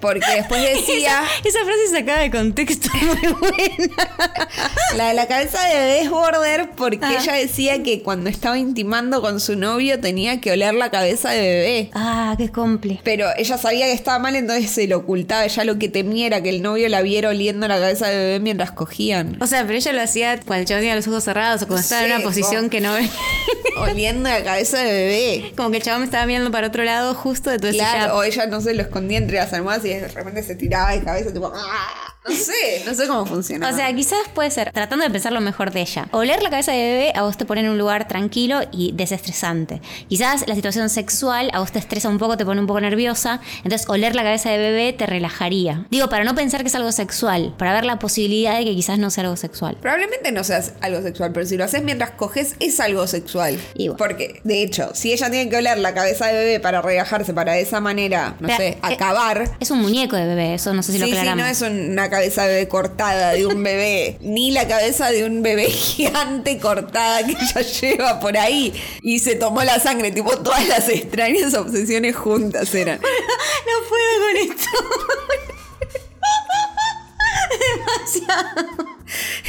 Speaker 2: Porque
Speaker 3: <laughs>
Speaker 2: después decía,
Speaker 3: Esa frase sacada de contexto <laughs> muy buena.
Speaker 2: la de la cabeza de bebé es border porque
Speaker 3: Ah.
Speaker 2: ella decía que cuando estaba intimando con su novio tenía que oler la cabeza de bebé.
Speaker 3: Ah, qué comple.
Speaker 2: Pero ella sabía que estaba mal, entonces se lo ocultaba. Ella lo que temía era que el novio la viera oliendo la cabeza de bebé mientras cogían.
Speaker 3: <laughs> O sea, pero ella lo hacía cuando el chabón tenía los ojos cerrados o cuando estaba en
Speaker 2: Sí,
Speaker 3: una posición
Speaker 2: como-
Speaker 3: que no ve. <laughs>
Speaker 2: Oliendo la cabeza de bebé.
Speaker 3: Como que el chabón me estaba mirando para otro lado justo, entonces
Speaker 2: Claro,
Speaker 3: ella-
Speaker 2: o ella no se lo escondía entre las almohadas y de repente se tiraba de cabeza, tipo, "Ah". no sé, no sé cómo funciona.
Speaker 3: O sea, quizás puede ser, tratando de pensar lo mejor de ella. Oler la cabeza de bebé a vos te pone en un lugar tranquilo y desestresante. Quizás la situación sexual a vos te estresa un poco, te pone un poco nerviosa. Entonces, oler la cabeza de bebé te relajaría. Digo, para no pensar que es algo sexual, para ver la posibilidad de que quizás no sea algo sexual.
Speaker 2: Probablemente no seas algo sexual, pero si lo haces mientras coges, es algo sexual.
Speaker 3: Y bueno.
Speaker 2: Porque, de hecho, si ella tiene que oler la cabeza de bebé para relajarse, para de esa manera, no
Speaker 3: Pero,
Speaker 2: sé,
Speaker 3: eh,
Speaker 2: acabar.
Speaker 3: Es un muñeco de bebé, eso no sé si lo
Speaker 2: sí, sí,
Speaker 3: aclaramos.
Speaker 2: no es una cabeza de bebé cortada de un
Speaker 3: <laughs>
Speaker 2: bebé, ni la cabeza de un bebé <laughs> gigante cortada que ella lleva por ahí y se tomó la sangre, tipo todas las extrañas obsesiones juntas eran.
Speaker 3: <laughs> No puedo con esto.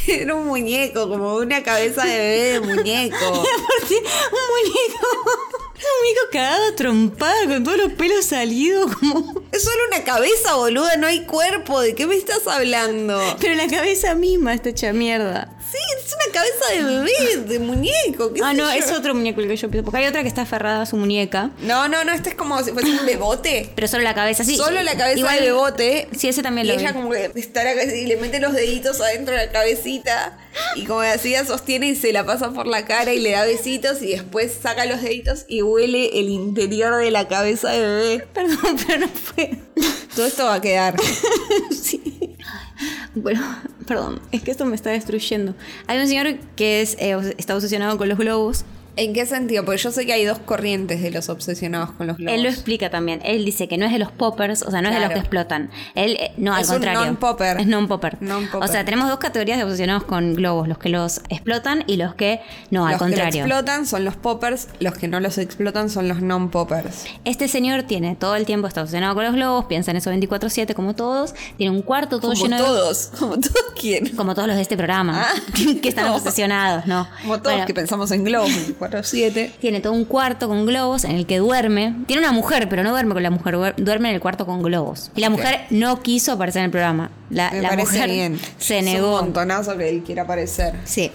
Speaker 2: Era un muñeco, como una cabeza de bebé de
Speaker 3: <laughs>
Speaker 2: muñeco.
Speaker 3: Aparte, un muñeco. Un muñeco cagado, trompado, con todos los pelos salidos, como.
Speaker 2: Es solo una cabeza, boluda, no hay cuerpo. ¿De qué me estás hablando?
Speaker 3: Pero la cabeza misma está hecha mierda.
Speaker 2: Sí, es una cabeza de bebé, de muñeco. ¿qué
Speaker 3: Ah,
Speaker 2: sé
Speaker 3: no,
Speaker 2: yo?
Speaker 3: es otro muñeco el que yo pienso. Porque hay otra que está aferrada a su muñeca.
Speaker 2: No, no, no, este es como si fuese
Speaker 3: <laughs>
Speaker 2: un bebote.
Speaker 3: Pero solo la cabeza, sí.
Speaker 2: Solo la cabeza
Speaker 3: Igual-
Speaker 2: de bebote.
Speaker 3: Sí, ese también
Speaker 2: Y
Speaker 3: lo
Speaker 2: ella
Speaker 3: vi.
Speaker 2: como que está la cabeza y le mete los deditos adentro de la cabecita y como así la sostiene y se la pasa por la cara y le da besitos y después saca los deditos y huele el interior de la cabeza de bebé.
Speaker 3: Perdón, <laughs> pero no fue.
Speaker 2: Todo esto va a quedar.
Speaker 3: Sí. Bueno, perdón, es que esto me está destruyendo. Hay un señor que es, eh, obs- está obsesionado con los globos.
Speaker 2: ¿En qué sentido? Porque yo sé que hay dos corrientes de los obsesionados con los globos.
Speaker 3: Él lo explica también. Él dice que no es de los poppers, o sea, no es de los
Speaker 2: Claro.
Speaker 3: que explotan. Él, eh, no, al
Speaker 2: Es un
Speaker 3: contrario.
Speaker 2: non-popper.
Speaker 3: Es non-popper.
Speaker 2: Non-popper.
Speaker 3: O sea, tenemos dos categorías de obsesionados con globos: los que los explotan y los que no, al
Speaker 2: los que
Speaker 3: contrario.
Speaker 2: lo explotan son los poppers, los que no los explotan son los non-poppers.
Speaker 3: Este señor tiene todo el tiempo está obsesionado con los globos, piensa en eso 24-7, como todos. Tiene un cuarto todo
Speaker 2: Como
Speaker 3: lleno de.
Speaker 2: todos, como todos quieren.
Speaker 3: Como todos los de este programa,
Speaker 2: Ah,
Speaker 3: <laughs> que
Speaker 2: <laughs>
Speaker 3: están
Speaker 2: no.
Speaker 3: obsesionados, ¿no?
Speaker 2: Como todos
Speaker 3: Bueno,
Speaker 2: que pensamos en globos. 24-7.
Speaker 3: Tiene todo un cuarto con globos en el que duerme. Tiene una mujer, pero no duerme con la mujer, duer- duerme en el cuarto con globos. Y la
Speaker 2: Ok.
Speaker 3: mujer no quiso aparecer en el programa. La,
Speaker 2: Me
Speaker 3: la
Speaker 2: parece
Speaker 3: mujer
Speaker 2: bien.
Speaker 3: se
Speaker 2: Es
Speaker 3: negó.
Speaker 2: un montonazo que él quiera aparecer.
Speaker 3: Sí.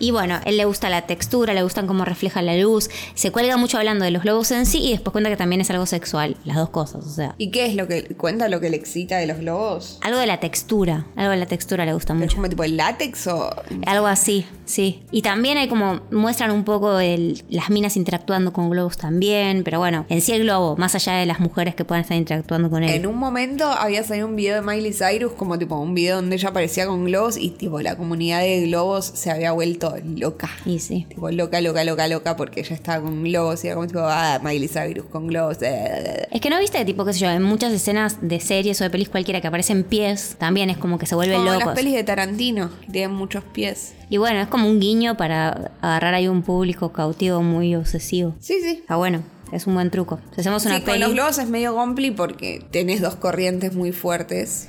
Speaker 3: Y bueno, él le gusta la textura, le gustan cómo refleja la luz, se cuelga mucho hablando de los globos en sí y después cuenta que también es algo sexual, las dos cosas, o sea,
Speaker 2: ¿Y qué es lo que cuenta lo que le excita de los globos?
Speaker 3: algo de la textura, algo de la textura le gusta
Speaker 2: ¿Pero ¿Es
Speaker 3: Ah, mucho.
Speaker 2: como tipo el látex o.?
Speaker 3: Algo así, sí. Y también hay como, muestran un poco el- las minas interactuando con globos también, pero bueno, en sí el globo, más allá de las mujeres que puedan estar interactuando con él.
Speaker 2: En un momento había salido un video de Miley Cyrus, como tipo un video donde ella aparecía con globos y tipo la comunidad de globos se había vuelto loca.
Speaker 3: Y sí.
Speaker 2: Tipo loca, loca, loca, loca, porque ella estaba con globos y era como tipo, ah, Miley Cyrus con globos. eh, eh, eh.
Speaker 3: Es que no viste, tipo, qué sé yo, en muchas escenas de series o de pelis cualquiera que aparecen pies, también es como que se vuelven
Speaker 2: Como las
Speaker 3: locos.
Speaker 2: pelis de Tarantino, que tienen muchos pies.
Speaker 3: Y bueno, es como un guiño para agarrar ahí un público cautivo muy obsesivo.
Speaker 2: Sí, sí.
Speaker 3: Está bueno, es un buen truco. Si hacemos una
Speaker 2: Sí, con
Speaker 3: peli.
Speaker 2: los globos es medio compli porque tenés dos corrientes muy
Speaker 3: <laughs>
Speaker 2: fuertes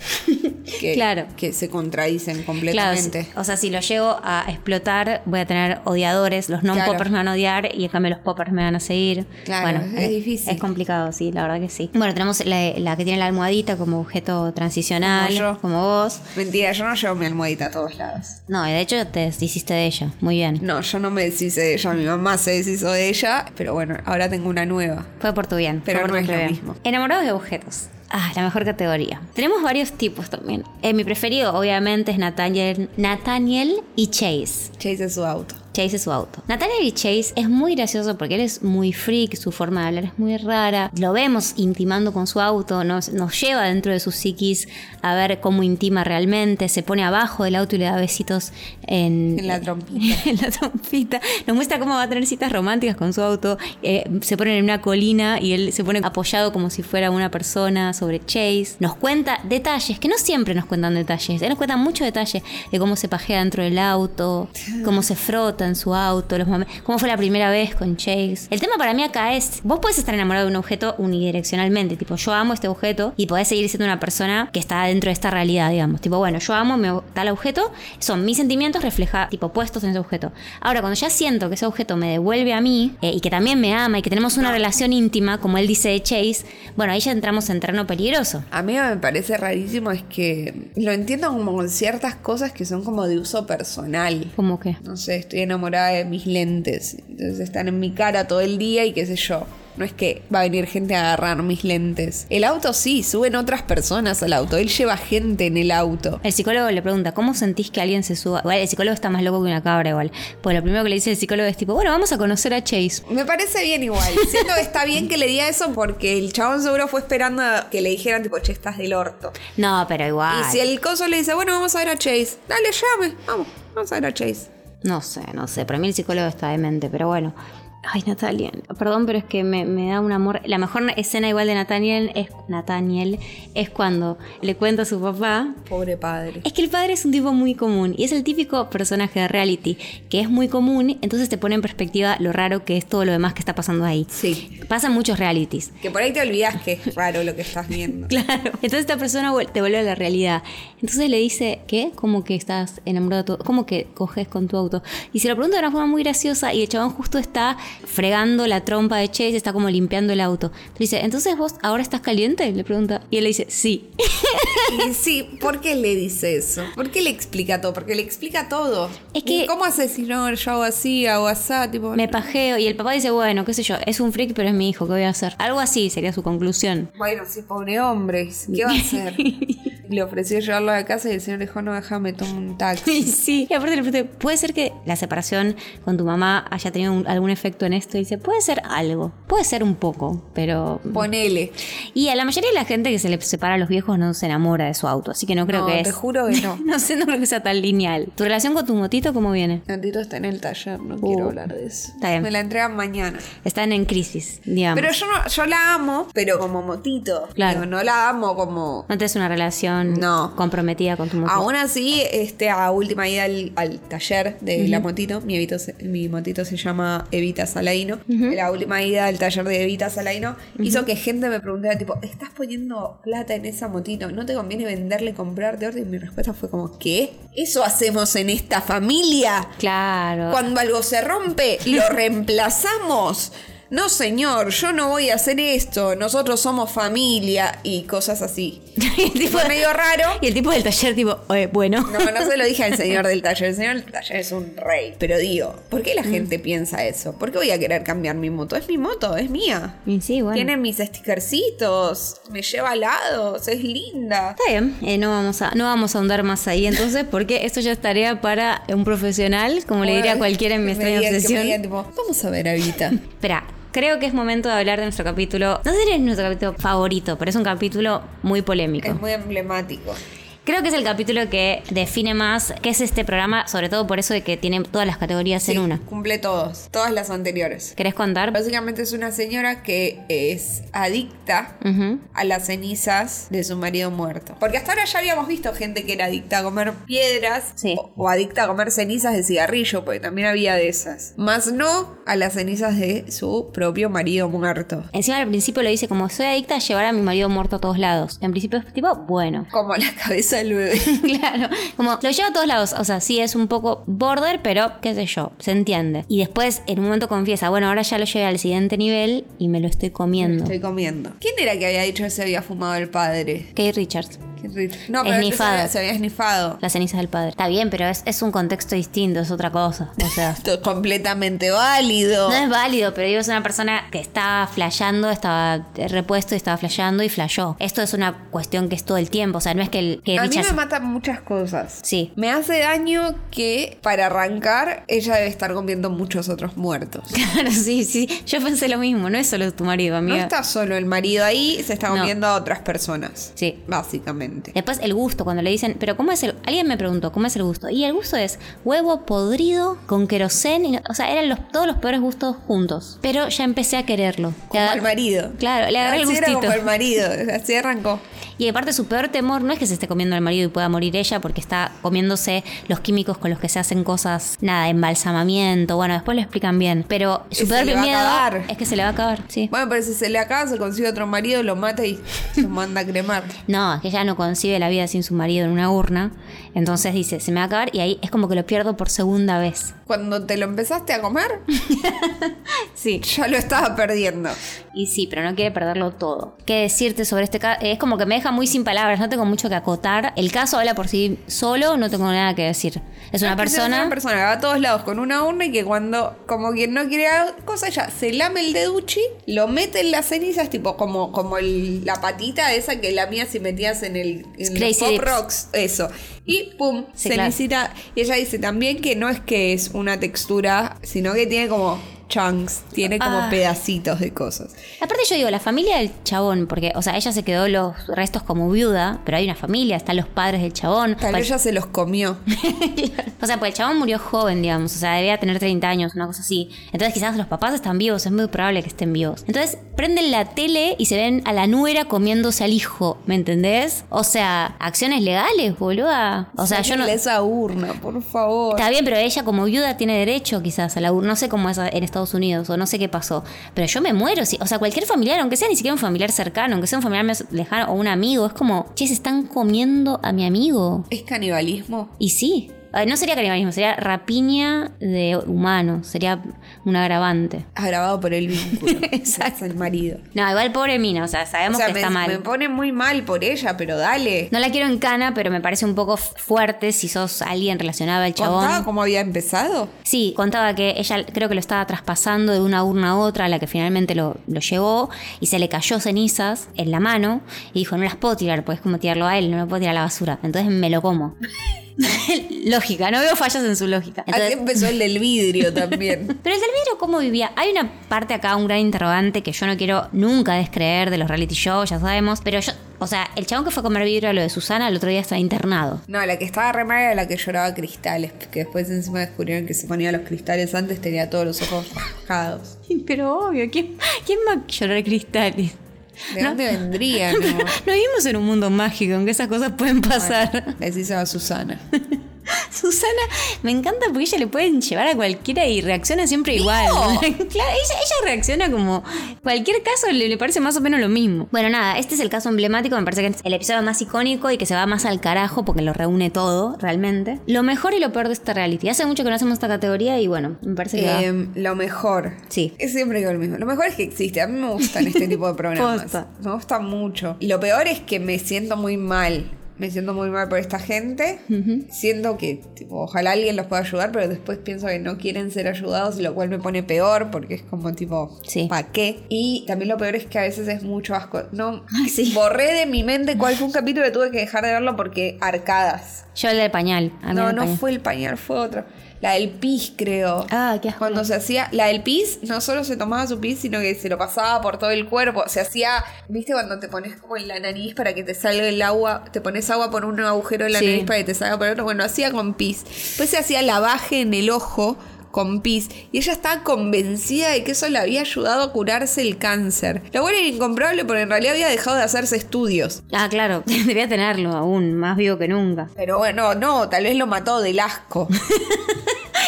Speaker 2: que,
Speaker 3: Claro.
Speaker 2: que se contradicen
Speaker 3: Claro,
Speaker 2: completamente.
Speaker 3: o sea, si lo llego a explotar, voy a tener odiadores. Los non-poppers
Speaker 2: Claro.
Speaker 3: me van a odiar y en cambio los poppers me van a seguir.
Speaker 2: Claro,
Speaker 3: bueno,
Speaker 2: es difícil.
Speaker 3: Es complicado, sí, la verdad que sí. Bueno, tenemos la, la que tiene la almohadita como objeto transicional,
Speaker 2: Como
Speaker 3: como,
Speaker 2: yo.
Speaker 3: vos.
Speaker 2: Mentira, yo no llevo mi almohadita a todos lados.
Speaker 3: No, y de hecho te deshiciste de ella. Muy bien.
Speaker 2: No, yo no me deshice de ella, mi mamá se deshizo de ella, pero bueno, ahora tengo una nueva.
Speaker 3: Fue por tu bien.
Speaker 2: Pero
Speaker 3: fue por
Speaker 2: no
Speaker 3: tu
Speaker 2: es lo
Speaker 3: bien.
Speaker 2: mismo.
Speaker 3: Enamorados de objetos. Ah, la mejor categoría. Tenemos varios tipos también. Eh, mi preferido, obviamente, es Nathaniel, Nathaniel y Chase.
Speaker 2: Chase es su auto.
Speaker 3: Chase es su auto. Nathaniel y Chase es muy gracioso porque él es muy freak, su forma de hablar es muy rara. Lo vemos intimando con su auto, nos, nos lleva dentro de su psiquis a ver cómo intima realmente. Se pone abajo del auto y le da besitos en,
Speaker 2: En la trompita.
Speaker 3: en <laughs> la trompita. Nos muestra cómo va a tener citas románticas con su auto. Eh, se ponen en una colina y él se pone apoyado como si fuera una persona sobre Chase. Nos cuenta detalles, que no siempre nos cuentan detalles. Él nos cuenta muchos detalles de cómo se pajea dentro del auto, cómo se frota en su auto, los momen- cómo fue la primera vez con Chase. El tema para mí acá es, este. vos podés estar enamorado de un objeto unidireccionalmente, tipo yo amo este objeto y podés seguir siendo una persona que está dentro de esta realidad, digamos. Tipo, bueno, yo amo mi ob- tal objeto, son mis sentimientos reflejados, tipo, puestos en ese objeto. Ahora, cuando ya siento que ese objeto me devuelve a mí eh, y que también me ama y que tenemos una relación íntima, como él dice de Chase, bueno, ahí ya entramos en terreno peligroso.
Speaker 2: A mí lo que me parece rarísimo es que lo entiendo como con ciertas cosas que son como de uso personal.
Speaker 3: Como que...
Speaker 2: No sé, estoy enamorada de mis lentes. Entonces están en mi cara todo el día y qué sé yo. No es que va a venir gente a agarrar mis lentes. El auto sí, suben otras personas al auto. Él lleva gente en el auto.
Speaker 3: El psicólogo le pregunta, ¿cómo sentís que alguien se suba? Igual, el psicólogo está más loco que una cabra igual. Pues lo primero que le dice el psicólogo es tipo, bueno, vamos a conocer a Chase.
Speaker 2: Me parece bien <laughs> igual. Siento que está bien que le diga eso porque el chabón seguro fue esperando a que le dijeran, tipo, che, estás del orto.
Speaker 3: No, pero igual.
Speaker 2: Y si el coso le dice, bueno, vamos a ver a Chase. Dale, llame. Vamos, vamos a ver a Chase.
Speaker 3: No sé, no sé. Para mí el psicólogo está demente, pero bueno. Ay, Natalia. Perdón, pero es que me, me da un amor. La mejor escena igual de Nathaniel es, Nathaniel es cuando le cuenta a su papá
Speaker 2: Pobre padre.
Speaker 3: Es que el padre es un tipo muy común y es el típico personaje de reality que es muy común, entonces te pone en perspectiva lo raro que es todo lo demás que está pasando ahí.
Speaker 2: Sí.
Speaker 3: Pasan muchos realities.
Speaker 2: Que por ahí te olvidas que es raro lo que estás viendo.
Speaker 3: Claro. Entonces esta persona vuel- te vuelve a la realidad. Entonces le dice, ¿qué? ¿Cómo que estás enamorado? de tu- ¿Cómo que coges con tu auto? Y se lo pregunta de una forma muy graciosa y el chabón justo está fregando la trompa de Chase, está como limpiando el auto. Le dice, ¿entonces vos ahora estás caliente? Le pregunta. Y él le dice, sí.
Speaker 2: Y sí, ¿por qué le dice eso? ¿Por qué le explica todo? Porque le explica todo.
Speaker 3: Es que-
Speaker 2: ¿Y ¿Cómo hace si no, yo hago así, hago así? Tipo,
Speaker 3: Me pajeo y el papá dice, bueno, qué sé yo, es un freak, pero es mi hijo, ¿qué voy a hacer? Algo así sería su conclusión.
Speaker 2: Bueno, sí, pobre hombre, ¿qué va a hacer? le ofreció llevarlo a la casa y el señor le dijo, no, déjame, tomo un
Speaker 3: <laughs> Y
Speaker 2: taxi.
Speaker 3: <laughs> sí, y aparte le pregunté, ¿puede ser que la separación con tu mamá haya tenido un- algún efecto en esto? Y dice, puede ser algo, puede ser un poco, pero...
Speaker 2: Ponele.
Speaker 3: Y a la mayoría de la gente que se le separa a los viejos no se enamora de su auto, así que no creo
Speaker 2: No,
Speaker 3: que
Speaker 2: te
Speaker 3: es...
Speaker 2: juro que no.
Speaker 3: <laughs> no sé, no creo que sea tan lineal. ¿Tu relación con tu motito cómo viene?
Speaker 2: Tantito está en el taller, no
Speaker 3: Uh,
Speaker 2: quiero hablar de eso.
Speaker 3: está bien.
Speaker 2: Me la entregan mañana.
Speaker 3: Están en crisis, digamos.
Speaker 2: Pero yo no, yo la amo, pero como motito.
Speaker 3: Claro.
Speaker 2: Digo, no la amo como.
Speaker 3: no tenés una relación relación
Speaker 2: No.
Speaker 3: comprometida con tu mujer.
Speaker 2: Aún así, este, a última ida al, al taller de la motito, mi, evito se- mi motito se llama Evita Salaino, la última ida al taller de Evita Salaino hizo que gente me preguntara, tipo, ¿estás poniendo plata en esa motito? ¿No te conviene venderla y comprarte otra? Y mi respuesta fue como, ¿qué? ¿Eso hacemos en esta familia?
Speaker 3: Claro.
Speaker 2: Cuando algo se rompe, lo reemplazamos. No, señor, yo no voy a hacer esto. Nosotros somos familia y cosas así.
Speaker 3: Y el tipo-
Speaker 2: Fue medio raro.
Speaker 3: Y el tipo del taller, tipo, "Eh, bueno.
Speaker 2: No, no se lo dije al señor del taller. El señor del taller es un rey. Pero digo, ¿por
Speaker 3: Mm.
Speaker 2: qué la gente piensa eso? ¿Por qué voy a querer cambiar mi moto? Es mi moto, es mía.
Speaker 3: Y sí, bueno.
Speaker 2: Tiene mis stickercitos, me lleva alados, es linda.
Speaker 3: Está bien, eh, no, vamos a, no vamos a ahondar más ahí entonces, porque esto ya es tarea para un profesional, como le diría a cualquiera en mi
Speaker 2: Que me
Speaker 3: extraña
Speaker 2: diga- que me
Speaker 3: obsesión.
Speaker 2: diga, tipo, Vamos a ver,
Speaker 3: <laughs>
Speaker 2: Avita.
Speaker 3: Espera, creo que es momento de hablar de nuestro capítulo. No sé si es nuestro capítulo favorito, pero es un capítulo muy polémico.
Speaker 2: es muy emblemático.
Speaker 3: Creo que es el capítulo que define más qué es este programa, sobre todo por eso de que tiene todas las categorías
Speaker 2: Sí,
Speaker 3: en una.
Speaker 2: Cumple todos, todas las anteriores.
Speaker 3: ¿Querés contar?
Speaker 2: Básicamente es una señora que es adicta
Speaker 3: Ujú.
Speaker 2: a las cenizas de su marido muerto. Porque hasta ahora ya habíamos visto gente que era adicta a comer piedras
Speaker 3: Sí.
Speaker 2: o, o adicta a comer cenizas de cigarrillo, porque también había de esas. Más no a las cenizas de su propio marido muerto.
Speaker 3: Encima al principio lo dice como soy adicta a llevar a mi marido muerto a todos lados. En principio es tipo, bueno. <laughs>
Speaker 2: Como la cabeza del bebé.
Speaker 3: Claro, como lo lleva a todos lados, o sea, sí es un poco border, pero qué sé yo, se entiende. Y después en un momento confiesa, bueno, ahora ya lo llevé al siguiente nivel y me lo estoy comiendo.
Speaker 2: Estoy comiendo. ¿Quién era que había dicho que se había fumado el padre?
Speaker 3: Kate Richards,
Speaker 2: Qué rico. No, pero antes
Speaker 3: Esnifado.
Speaker 2: había- se había esnifado.
Speaker 3: las cenizas del padre. Está bien, pero es, es un contexto distinto, es otra cosa. O <laughs> sea,
Speaker 2: Esto es completamente válido.
Speaker 3: no es válido, pero digo, es una persona que estaba flasheando, estaba repuesto y estaba flasheando y flashó. Esto es una cuestión que es todo el tiempo, o sea, no es que, el, que
Speaker 2: A mí
Speaker 3: Richards...
Speaker 2: me matan muchas cosas.
Speaker 3: Sí.
Speaker 2: Me hace daño que para arrancar ella debe estar comiendo muchos otros muertos.
Speaker 3: <laughs> <laughs> Claro, sí, sí. Yo pensé lo mismo, no es solo tu marido,
Speaker 2: No
Speaker 3: amiga.
Speaker 2: está solo el marido ahí, se está
Speaker 3: No.
Speaker 2: comiendo a otras personas.
Speaker 3: Sí. Eh,
Speaker 2: Básicamente.
Speaker 3: Después el gusto, cuando le dicen, pero ¿cómo es el...? Alguien me preguntó, ¿cómo es el gusto? Y el gusto es huevo podrido con querosén, y no- o sea, eran los, todos los peores gustos juntos. Pero ya empecé a quererlo. Le
Speaker 2: Como
Speaker 3: agar-
Speaker 2: el marido.
Speaker 3: Claro, le agarré el
Speaker 2: Así era
Speaker 3: gustito.
Speaker 2: como el
Speaker 3: <laughs>
Speaker 2: marido, así arrancó.
Speaker 3: Y aparte su peor temor no es que se esté comiendo al marido y pueda morir ella porque está comiéndose los químicos con los que se hacen cosas, nada, embalsamamiento, bueno, después lo explican bien. Pero
Speaker 2: Se
Speaker 3: su peor
Speaker 2: le va a
Speaker 3: miedo
Speaker 2: acabar.
Speaker 3: es que se le va a acabar, sí.
Speaker 2: Bueno, pero si se le acaba, se consigue otro marido, lo mata y se manda a cremar.
Speaker 3: No, es que ella no concibe la vida sin su marido en una urna. Entonces dice, se me va a acabar y ahí es como que lo pierdo por segunda vez.
Speaker 2: Cuando te lo empezaste a
Speaker 3: <laughs>
Speaker 2: comer,
Speaker 3: Sí.
Speaker 2: ya lo estaba perdiendo.
Speaker 3: Y sí, pero no quiere perderlo todo. ¿Qué decirte sobre este caso? Es como que me deja muy sin palabras, no tengo mucho que acotar. El caso habla por sí solo, no tengo nada que decir. Es una
Speaker 2: No, que sea
Speaker 3: persona...
Speaker 2: Una persona que va a todos lados con una urna y que cuando, como quien no quiere la cosa, ya se lame el deduchi, lo mete en las cenizas, tipo como, como el- la patita esa que la mía si metías en el en los
Speaker 3: Crazy
Speaker 2: pop
Speaker 3: Dips.
Speaker 2: rocks, eso. Y pum,
Speaker 3: Sí,
Speaker 2: cenicita. Y ella dice también que no es que es una textura, sino que tiene como chunks, tiene como
Speaker 3: Ah.
Speaker 2: pedacitos de cosas.
Speaker 3: Aparte yo digo, la familia del chabón, porque, o sea, ella se quedó los restos como viuda, pero hay una familia, están los padres del chabón.
Speaker 2: Tal vez
Speaker 3: Pues-
Speaker 2: ella se los comió.
Speaker 3: o sea, pues el chabón murió joven, digamos, o sea, debía tener 30 años, una cosa así. Entonces quizás los papás están vivos, es muy probable que estén vivos. Entonces prenden la tele y se ven a la nuera comiéndose al hijo, ¿me entendés? O sea, acciones legales, boluda. <laughs> O sea, yo no...
Speaker 2: Sáquenle Esa urna, por favor.
Speaker 3: Está bien, pero ella como viuda tiene derecho quizás a la ur- No sé cómo es a- en Estados Unidos o no sé qué pasó. Pero yo me muero. si- o sea, cualquier familiar, aunque sea ni siquiera un familiar cercano, aunque sea un familiar más lejano o un amigo, es como, che, se están comiendo a mi amigo.
Speaker 2: ¿Es canibalismo?
Speaker 3: Y sí. Eh, No sería canibalismo, sería rapiña de humanos. Sería un agravante.
Speaker 2: Agravado por el
Speaker 3: <laughs>
Speaker 2: vínculo. Exacto. El marido.
Speaker 3: No, igual pobre mina, o sea, sabemos
Speaker 2: O sea,
Speaker 3: que
Speaker 2: me,
Speaker 3: está mal.
Speaker 2: me pone muy mal por ella, pero dale.
Speaker 3: No la quiero en cana, pero me parece un poco f- fuerte si sos alguien relacionado al chabón.
Speaker 2: ¿Contaba cómo había empezado?
Speaker 3: Sí, contaba que ella creo que lo estaba traspasando de una urna a otra, a la que finalmente lo, lo llevó, y se le cayó cenizas en la mano, y dijo, no las puedo tirar, pues es como tirarlo a él, no lo puedo tirar a la basura, entonces me lo <laughs> como. lógica, no veo fallas en su lógica.
Speaker 2: Así
Speaker 3: Entonces-
Speaker 2: empezó el del
Speaker 3: <laughs>
Speaker 2: vidrio también.
Speaker 3: pero el del vidrio, ¿cómo vivía? Hay una parte acá, un gran interrogante que yo no quiero nunca descreer de los reality shows, ya sabemos, pero yo, o sea, el chabón que fue a comer vidrio a lo de Susana, el otro día estaba <laughs> internado.
Speaker 2: No, la que estaba re mal era la que lloraba cristales, que después encima descubrieron que se ponía los cristales antes, tenía todos los ojos rasgados.
Speaker 3: Pero obvio, ¿quién, ¿quién va a llorar cristales?
Speaker 2: ¿De dónde
Speaker 3: <laughs>
Speaker 2: vendrían? no?
Speaker 3: No vivimos en un mundo mágico en que esas cosas pueden pasar.
Speaker 2: Decís a Susana.
Speaker 3: <laughs> Susana, me encanta porque ella le pueden llevar a cualquiera y reacciona siempre igual. <laughs> claro, ella, ella reacciona como cualquier caso le, le parece más o menos lo mismo. Bueno, nada, este es el caso emblemático, me parece que es el episodio más icónico y que se va más al carajo porque lo reúne todo, realmente. Lo mejor y lo peor de esta reality. Hace mucho que no hacemos esta categoría y bueno, me parece que... va.
Speaker 2: Em, lo mejor.
Speaker 3: Sí.
Speaker 2: Es siempre digo lo mismo. Lo mejor es que existe. A mí me gustan
Speaker 3: <laughs>
Speaker 2: este tipo de programas.
Speaker 3: Posta.
Speaker 2: Me gusta mucho. Y lo peor es que me siento muy mal. Me siento muy mal por esta gente. Siento que tipo, ojalá alguien los pueda ayudar, pero después pienso que no quieren ser ayudados, lo cual me pone peor porque es como tipo,
Speaker 3: Sí.
Speaker 2: ¿para qué? Y también lo peor es que a veces es mucho asco. No,
Speaker 3: Ay, sí.
Speaker 2: borré de mi mente cuál fue un capítulo que tuve que dejar de verlo porque arcadas.
Speaker 3: Yo el del pañal. A mí
Speaker 2: No,
Speaker 3: el
Speaker 2: no
Speaker 3: pañal.
Speaker 2: fue el pañal, fue otro. La del pis, creo.
Speaker 3: Ah, qué asco.
Speaker 2: Cuando se hacía. La del pis, no solo se tomaba su pis, sino que se lo pasaba por todo el cuerpo. Se hacía. ¿Viste cuando te pones como en la nariz para que te salga el agua? Te pones agua por un agujero en la
Speaker 3: Sí.
Speaker 2: nariz para que te salga por otro. Bueno, hacía con pis. Después se hacía lavaje en el ojo con pis. Y ella estaba convencida de que eso le había ayudado a curarse el cáncer. Lo cual era incomprobable porque en realidad había dejado de hacerse estudios.
Speaker 3: Ah, claro, <laughs> debería tenerlo aún, más vivo que nunca.
Speaker 2: Pero bueno, no, tal vez lo mató del
Speaker 3: <laughs>
Speaker 2: asco.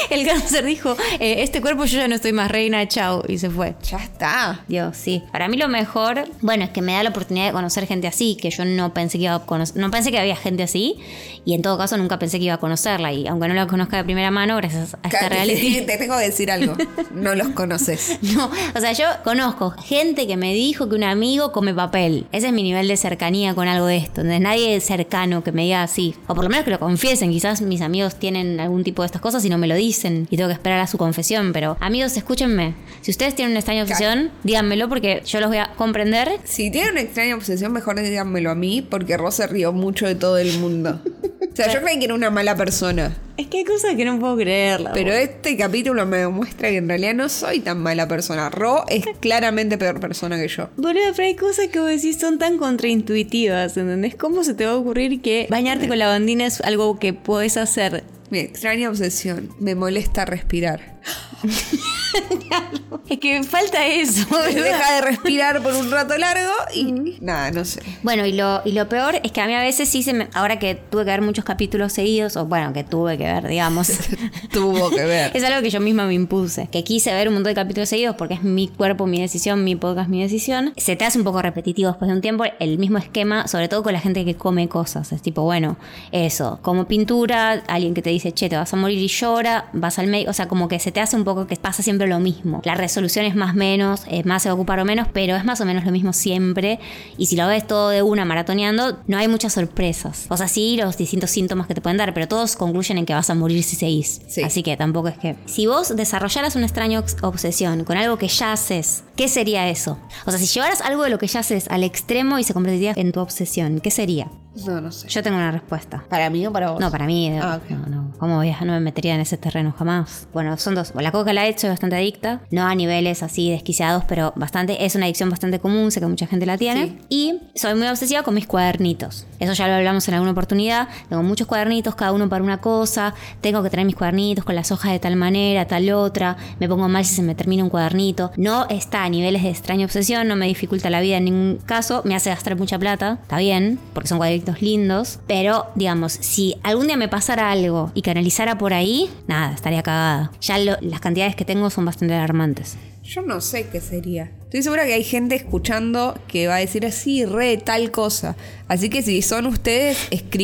Speaker 3: El cáncer dijo, eh, este cuerpo yo ya no estoy más reina, chao, y se fue.
Speaker 2: ya está.
Speaker 3: Dios, sí. Para mí lo mejor, bueno, es que me da la oportunidad de conocer gente así, que yo no pensé que iba a conocer, no pensé que había gente así, y en todo caso nunca pensé que iba a conocerla, y aunque no la conozca de primera mano, gracias a esta
Speaker 2: Cari,
Speaker 3: reality.
Speaker 2: <laughs> Te tengo que decir algo. No los conoces.
Speaker 3: <laughs> No, o sea, yo conozco gente que me dijo que un amigo come papel. Ese es mi nivel de cercanía con algo de esto. ¿entendés? Nadie es cercano que me diga así. O por lo menos que lo confiesen. Quizás mis amigos tienen algún tipo de estas cosas y no me lo dicen. Y tengo que esperar a su confesión. Pero amigos, escúchenme. Si ustedes tienen una extraña obsesión, díganmelo porque yo los voy a comprender.
Speaker 2: Si tienen una extraña obsesión, mejor díganmelo a mí, porque Ross se rió mucho de todo el mundo. O sea, yo creí que era una mala persona,
Speaker 3: Es que hay cosas que no puedo creerla.
Speaker 2: pero este capítulo me demuestra que en realidad no soy tan mala persona. Ro es claramente peor persona que yo.
Speaker 3: Boludo, pero hay cosas que vos decís son tan contraintuitivas, ¿entendés? ¿Cómo se te va a ocurrir que bañarte con lavandina es algo que podés hacer?
Speaker 2: Mi extraña obsesión, me molesta respirar.
Speaker 3: Es que falta <laughs> eso,
Speaker 2: Deja de respirar por un rato largo y nada, no sé.
Speaker 3: Bueno, y lo, y lo peor es que a mí a veces sí se me. Ahora que tuve que ver muchos capítulos seguidos, o bueno, que tuve que ver, digamos.
Speaker 2: Tuvo que ver.
Speaker 3: Es algo que yo misma me impuse, que quise ver un montón de capítulos seguidos porque es mi cuerpo, mi decisión, mi podcast, mi decisión. Se te hace un poco repetitivo después de un tiempo el mismo esquema, sobre todo con la gente que come cosas. Es tipo, bueno, eso, como pintura, alguien que te dice, che, te vas a morir y llora, vas al médico, o sea, como que se te hace un poco que pasa siempre lo mismo. La resolución es más menos, eh, más se va a ocupar o menos, pero es más o menos lo mismo siempre. Y si lo ves todo de una maratoneando, no hay muchas sorpresas. O sea, sí, los distintos síntomas que te pueden dar, pero todos concluyen en que vas a morir si seguís.
Speaker 2: Sí.
Speaker 3: Así que tampoco es que. Si vos desarrollaras una extraña obs- obsesión con algo que ya haces, ¿qué sería eso? O sea, si llevaras algo de lo que ya haces al extremo y se convertiría en tu obsesión, ¿qué sería?
Speaker 2: No, no sé.
Speaker 3: Yo tengo una respuesta.
Speaker 2: ¿Para mí o para vos?
Speaker 3: No, para mí. de-
Speaker 2: Ah, ok.
Speaker 3: No, no. ¿Cómo voy a- No me metería en ese terreno jamás. Bueno, son dos. La coca la he hecho, bastante adicta. No a niveles así desquiciados, pero bastante. Es una adicción bastante común, sé que mucha gente la tiene.
Speaker 2: Sí.
Speaker 3: Y soy muy obsesiva con mis cuadernitos. Eso ya lo hablamos en alguna oportunidad. Tengo muchos cuadernitos, cada uno para una cosa. Tengo que tener mis cuadernitos con las hojas de tal manera, tal otra. Me pongo mal si se me termina un cuadernito. No está a niveles de extraña obsesión, no me dificulta la vida en ningún caso. Me hace gastar mucha plata, está bien, porque son cuadernitos lindos. Pero, digamos, si algún día me pasara algo y canalizara por ahí, nada, estaría cagada. Ya lo- las cantidades que tengo son bastante alarmantes.
Speaker 2: Yo no sé qué sería. Estoy segura que hay gente escuchando que va a decir así, re, tal cosa. Así que si son ustedes,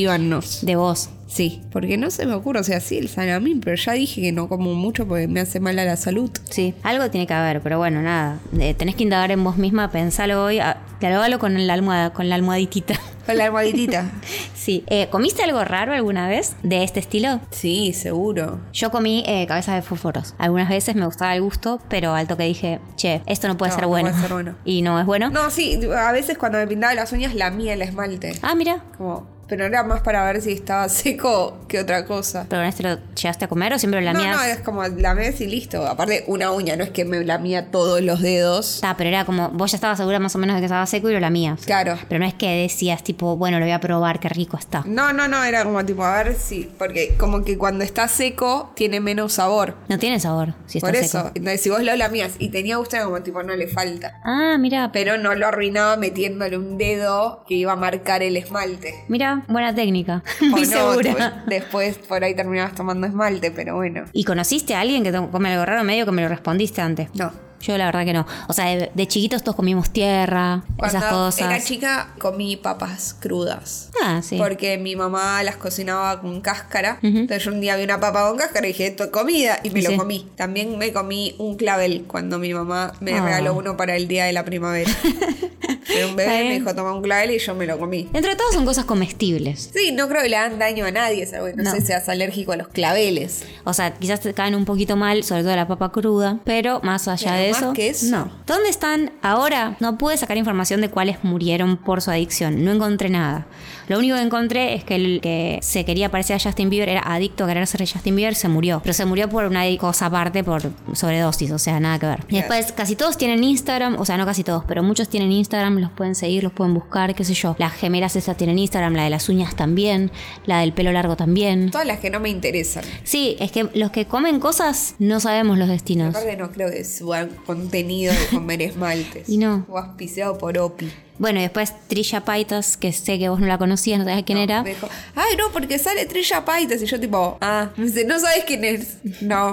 Speaker 2: escríbanos.
Speaker 3: De vos.
Speaker 2: Sí, porque no se me ocurre, o sea, sí, el salamín, pero ya dije que no como mucho porque me hace mal a la salud.
Speaker 3: Sí, algo tiene que haber, pero bueno, nada. Eh, tenés que indagar en vos misma, pensalo hoy, ah, dialogalo con la almohada, con la almohaditita. <laughs>
Speaker 2: Con la almohaditita.
Speaker 3: Sí. Eh, ¿Comiste algo raro alguna vez de este estilo?
Speaker 2: <laughs> sí, seguro.
Speaker 3: Yo comí eh, cabezas de fósforos. Algunas veces me gustaba el gusto, pero al toque dije, che, esto no puede
Speaker 2: No,
Speaker 3: ser
Speaker 2: no
Speaker 3: bueno.
Speaker 2: puede ser bueno.
Speaker 3: <laughs> Y no es bueno.
Speaker 2: No, sí, a veces cuando me pintaba las uñas lamía el esmalte.
Speaker 3: Ah, mira.
Speaker 2: Como, Pero era más para ver si estaba seco que otra cosa.
Speaker 3: ¿Pero con este lo llegaste a comer o siempre lo
Speaker 2: no,
Speaker 3: lamías?
Speaker 2: no, eh. es como la ves y listo. Aparte, una uña, no es que me lamía todos los dedos.
Speaker 3: Está, pero era como, vos ya estabas segura más o menos de que estaba seco y lo lamías.
Speaker 2: Claro.
Speaker 3: Pero no es que decías, tipo, bueno, lo voy a probar, qué rico está.
Speaker 2: No, no, no, era como tipo, a ver si. Porque como que cuando está seco, tiene menos sabor.
Speaker 3: No tiene sabor si está
Speaker 2: Por eso.
Speaker 3: seco.
Speaker 2: Entonces, si vos lo lamías y tenía gusto, era como tipo, no le falta.
Speaker 3: Ah, mira,
Speaker 2: Pero no lo arruinaba metiéndole un dedo que iba a marcar el
Speaker 3: <laughs>
Speaker 2: esmalte.
Speaker 3: mira,
Speaker 2: <laughs>
Speaker 3: buena técnica.
Speaker 2: O
Speaker 3: Muy
Speaker 2: Oh, no,
Speaker 3: segura.
Speaker 2: después- Después por ahí terminabas tomando esmalte, pero bueno.
Speaker 3: ¿Y conociste a alguien que to- come algo raro medio que me lo respondiste antes?
Speaker 2: No.
Speaker 3: Yo la verdad que no. O sea, de, de chiquitos todos comimos tierra,
Speaker 2: Cuando
Speaker 3: esas cosas.
Speaker 2: era chica comí papas crudas.
Speaker 3: ah, sí.
Speaker 2: Porque mi mamá las cocinaba con cáscara. Entonces yo un día vi una papa con cáscara y dije, esto es comida. Y me
Speaker 3: Sí.
Speaker 2: lo comí. También me comí un clavel cuando mi mamá me
Speaker 3: Ah.
Speaker 2: regaló uno para el día de la
Speaker 3: <laughs>
Speaker 2: primavera. Era un
Speaker 3: Está
Speaker 2: bebé
Speaker 3: bien.
Speaker 2: me dijo, toma un clavel y yo me lo comí.
Speaker 3: Dentro de todo son cosas comestibles.
Speaker 2: Sí, no creo que le hagan daño a nadie, salvo que no,
Speaker 3: No.
Speaker 2: sé si seas alérgico a los claveles.
Speaker 3: O sea, quizás te caen un poquito mal, sobre todo la papa cruda, pero más allá
Speaker 2: Pero
Speaker 3: de
Speaker 2: más
Speaker 3: eso,
Speaker 2: que eso.
Speaker 3: No. ¿Dónde están ahora? No pude sacar información de cuáles murieron por su adicción. No encontré nada. Lo único que encontré es que el que se quería parecer a Justin Bieber era adicto a querer ser Justin Bieber, se murió. Pero se murió por una cosa aparte, por sobredosis, o sea, nada que ver. Y después, casi todos tienen Instagram, o sea, no casi todos, pero muchos tienen Instagram, los pueden seguir, los pueden buscar, qué sé yo. Las gemelas esas tienen Instagram, la de las uñas también, la del pelo largo también.
Speaker 2: Todas las que no me interesan.
Speaker 3: Sí, es que los que comen cosas no sabemos los destinos.
Speaker 2: Aparte no creo que suban contenido de comer esmaltes.
Speaker 3: <laughs> Y no.
Speaker 2: O auspiciado por Opi.
Speaker 3: Bueno, y después Trisha Paitas, que sé que vos no la conocías, no sabés quién era.
Speaker 2: Me dijo, ay no, porque sale Trilla Paitas. Y yo tipo, ah. Me dice, no sabes quién es.
Speaker 3: <laughs>
Speaker 2: No.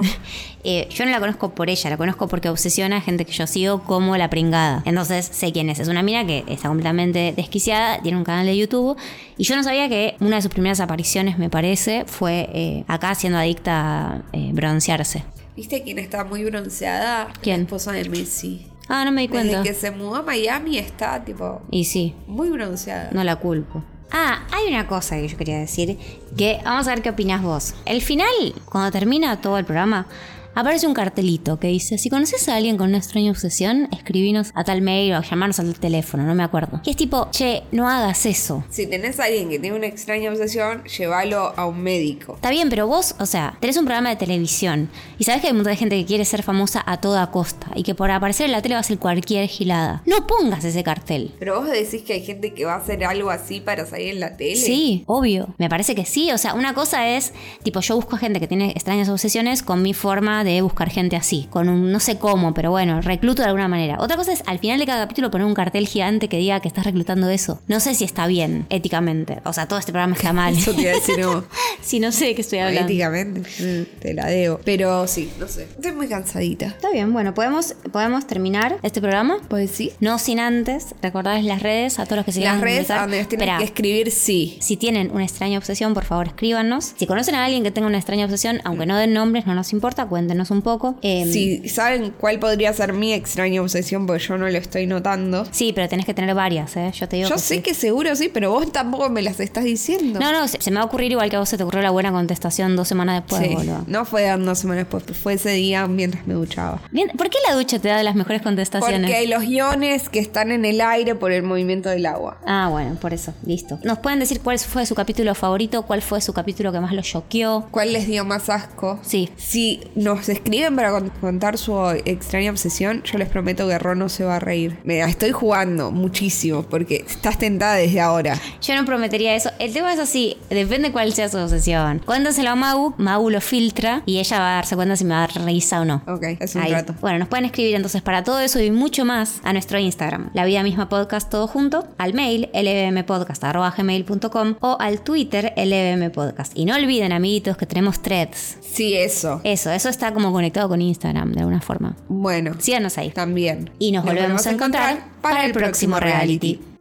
Speaker 3: Eh, yo no la conozco por ella, la conozco porque obsesiona a gente que yo sigo como la pringada. Entonces sé quién es. Es una mina que está completamente desquiciada, tiene un canal de YouTube. Y yo no sabía que una de sus primeras apariciones, me parece, fue eh, acá siendo adicta a eh, broncearse.
Speaker 2: ¿Viste quién está muy bronceada?
Speaker 3: ¿Quién?
Speaker 2: La esposa de Messi.
Speaker 3: Ah, no me di cuenta.
Speaker 2: Desde que se mudó a Miami está tipo
Speaker 3: Y sí,
Speaker 2: muy bronceada.
Speaker 3: No la culpo. Ah, hay una cosa que yo quería decir, que vamos a ver qué opinás vos. El final, cuando termina todo el programa, aparece un cartelito que dice, si conoces a alguien con una extraña obsesión, escribinos a tal mail o llamarnos al teléfono, no me acuerdo. Y es tipo, che, no hagas eso.
Speaker 2: Si tenés a alguien que tiene una extraña obsesión, llévalo a un médico.
Speaker 3: Está bien, pero vos, o sea, tenés un programa de televisión y sabés que hay un montón de gente que quiere ser famosa a toda costa y que por aparecer en la tele va a ser cualquier gilada. No pongas ese cartel.
Speaker 2: Pero vos decís que hay gente que va a hacer algo así para salir en la tele.
Speaker 3: Sí, obvio. Me parece que sí. O sea, una cosa es, tipo, yo busco gente que tiene extrañas obsesiones con mi forma de buscar gente así. Con un, no sé cómo, pero bueno, recluto de alguna manera. Otra cosa es, al final de cada capítulo poner un cartel gigante que diga que estás reclutando eso. No sé si está bien, éticamente. O sea, todo este programa está mal.
Speaker 2: Eso te iba a decir, no.
Speaker 3: <laughs> si no sé de qué estoy hablando.
Speaker 2: Éticamente, mm, te la debo. Pero sí, no sé. Estoy muy cansadita.
Speaker 3: Está bien, bueno, podemos, podemos terminar este programa.
Speaker 2: ¿Puedes sí?
Speaker 3: No sin antes recordarles las redes a todos los que se
Speaker 2: Las
Speaker 3: quieran
Speaker 2: redes a
Speaker 3: comunicar.
Speaker 2: donde nos tienen
Speaker 3: Esperá.
Speaker 2: que escribir sí.
Speaker 3: Si tienen una extraña obsesión, por favor escríbanos. Si conocen a alguien que tenga una extraña obsesión, aunque
Speaker 2: Mm.
Speaker 3: no den nombres, no nos importa, cuéntenos un poco. Em,
Speaker 2: Si saben cuál podría ser mi extraña obsesión, porque yo no lo estoy notando.
Speaker 3: sí, pero tenés que tener varias, ¿eh? Yo te digo.
Speaker 2: Yo
Speaker 3: que
Speaker 2: sé
Speaker 3: sí.
Speaker 2: que seguro sí, pero vos tampoco me las estás diciendo.
Speaker 3: No, no, se, se me va a ocurrir igual que a vos se te ocurrió la buena contestación dos semanas después,
Speaker 2: Sí,
Speaker 3: boludo.
Speaker 2: no fue dar dos semanas después, fue ese día mientras me duchaba.
Speaker 3: Bien, ¿Por qué la ducha te da las mejores contestaciones?
Speaker 2: Porque los iones que están en el aire por el movimiento del agua.
Speaker 3: Ah, bueno, por eso, listo. ¿Nos pueden decir cuál fue su capítulo favorito? ¿Cuál fue su capítulo que más los choqueó?
Speaker 2: ¿Cuál les dio más asco?
Speaker 3: Sí.
Speaker 2: Si nos escriben para con- contar su extraña obsesión, yo les prometo que Ron no se va a reír. Me la estoy jugando muchísimo porque estás tentada desde ahora.
Speaker 3: Yo no prometería eso. El tema es así, depende cuál sea su obsesión. Cuéntaselo a Mau, Mau lo filtra y ella va a darse cuenta si me da risa o no.
Speaker 2: Ok, es un
Speaker 3: Ahí.
Speaker 2: trato.
Speaker 3: Bueno, nos pueden escribir entonces para todo eso y mucho más a nuestro Instagram, La Vida Misma Podcast, todo junto, al mail lbmpodcast.gmail.com o al Twitter lbmpodcast. Y no olviden, amiguitos, que tenemos threads.
Speaker 2: Sí, eso.
Speaker 3: Eso, eso está como conectado con Instagram de alguna forma.
Speaker 2: Bueno,
Speaker 3: Síganos ahí.
Speaker 2: también.
Speaker 3: Y nos, volvemos a encontrar para el próximo reality.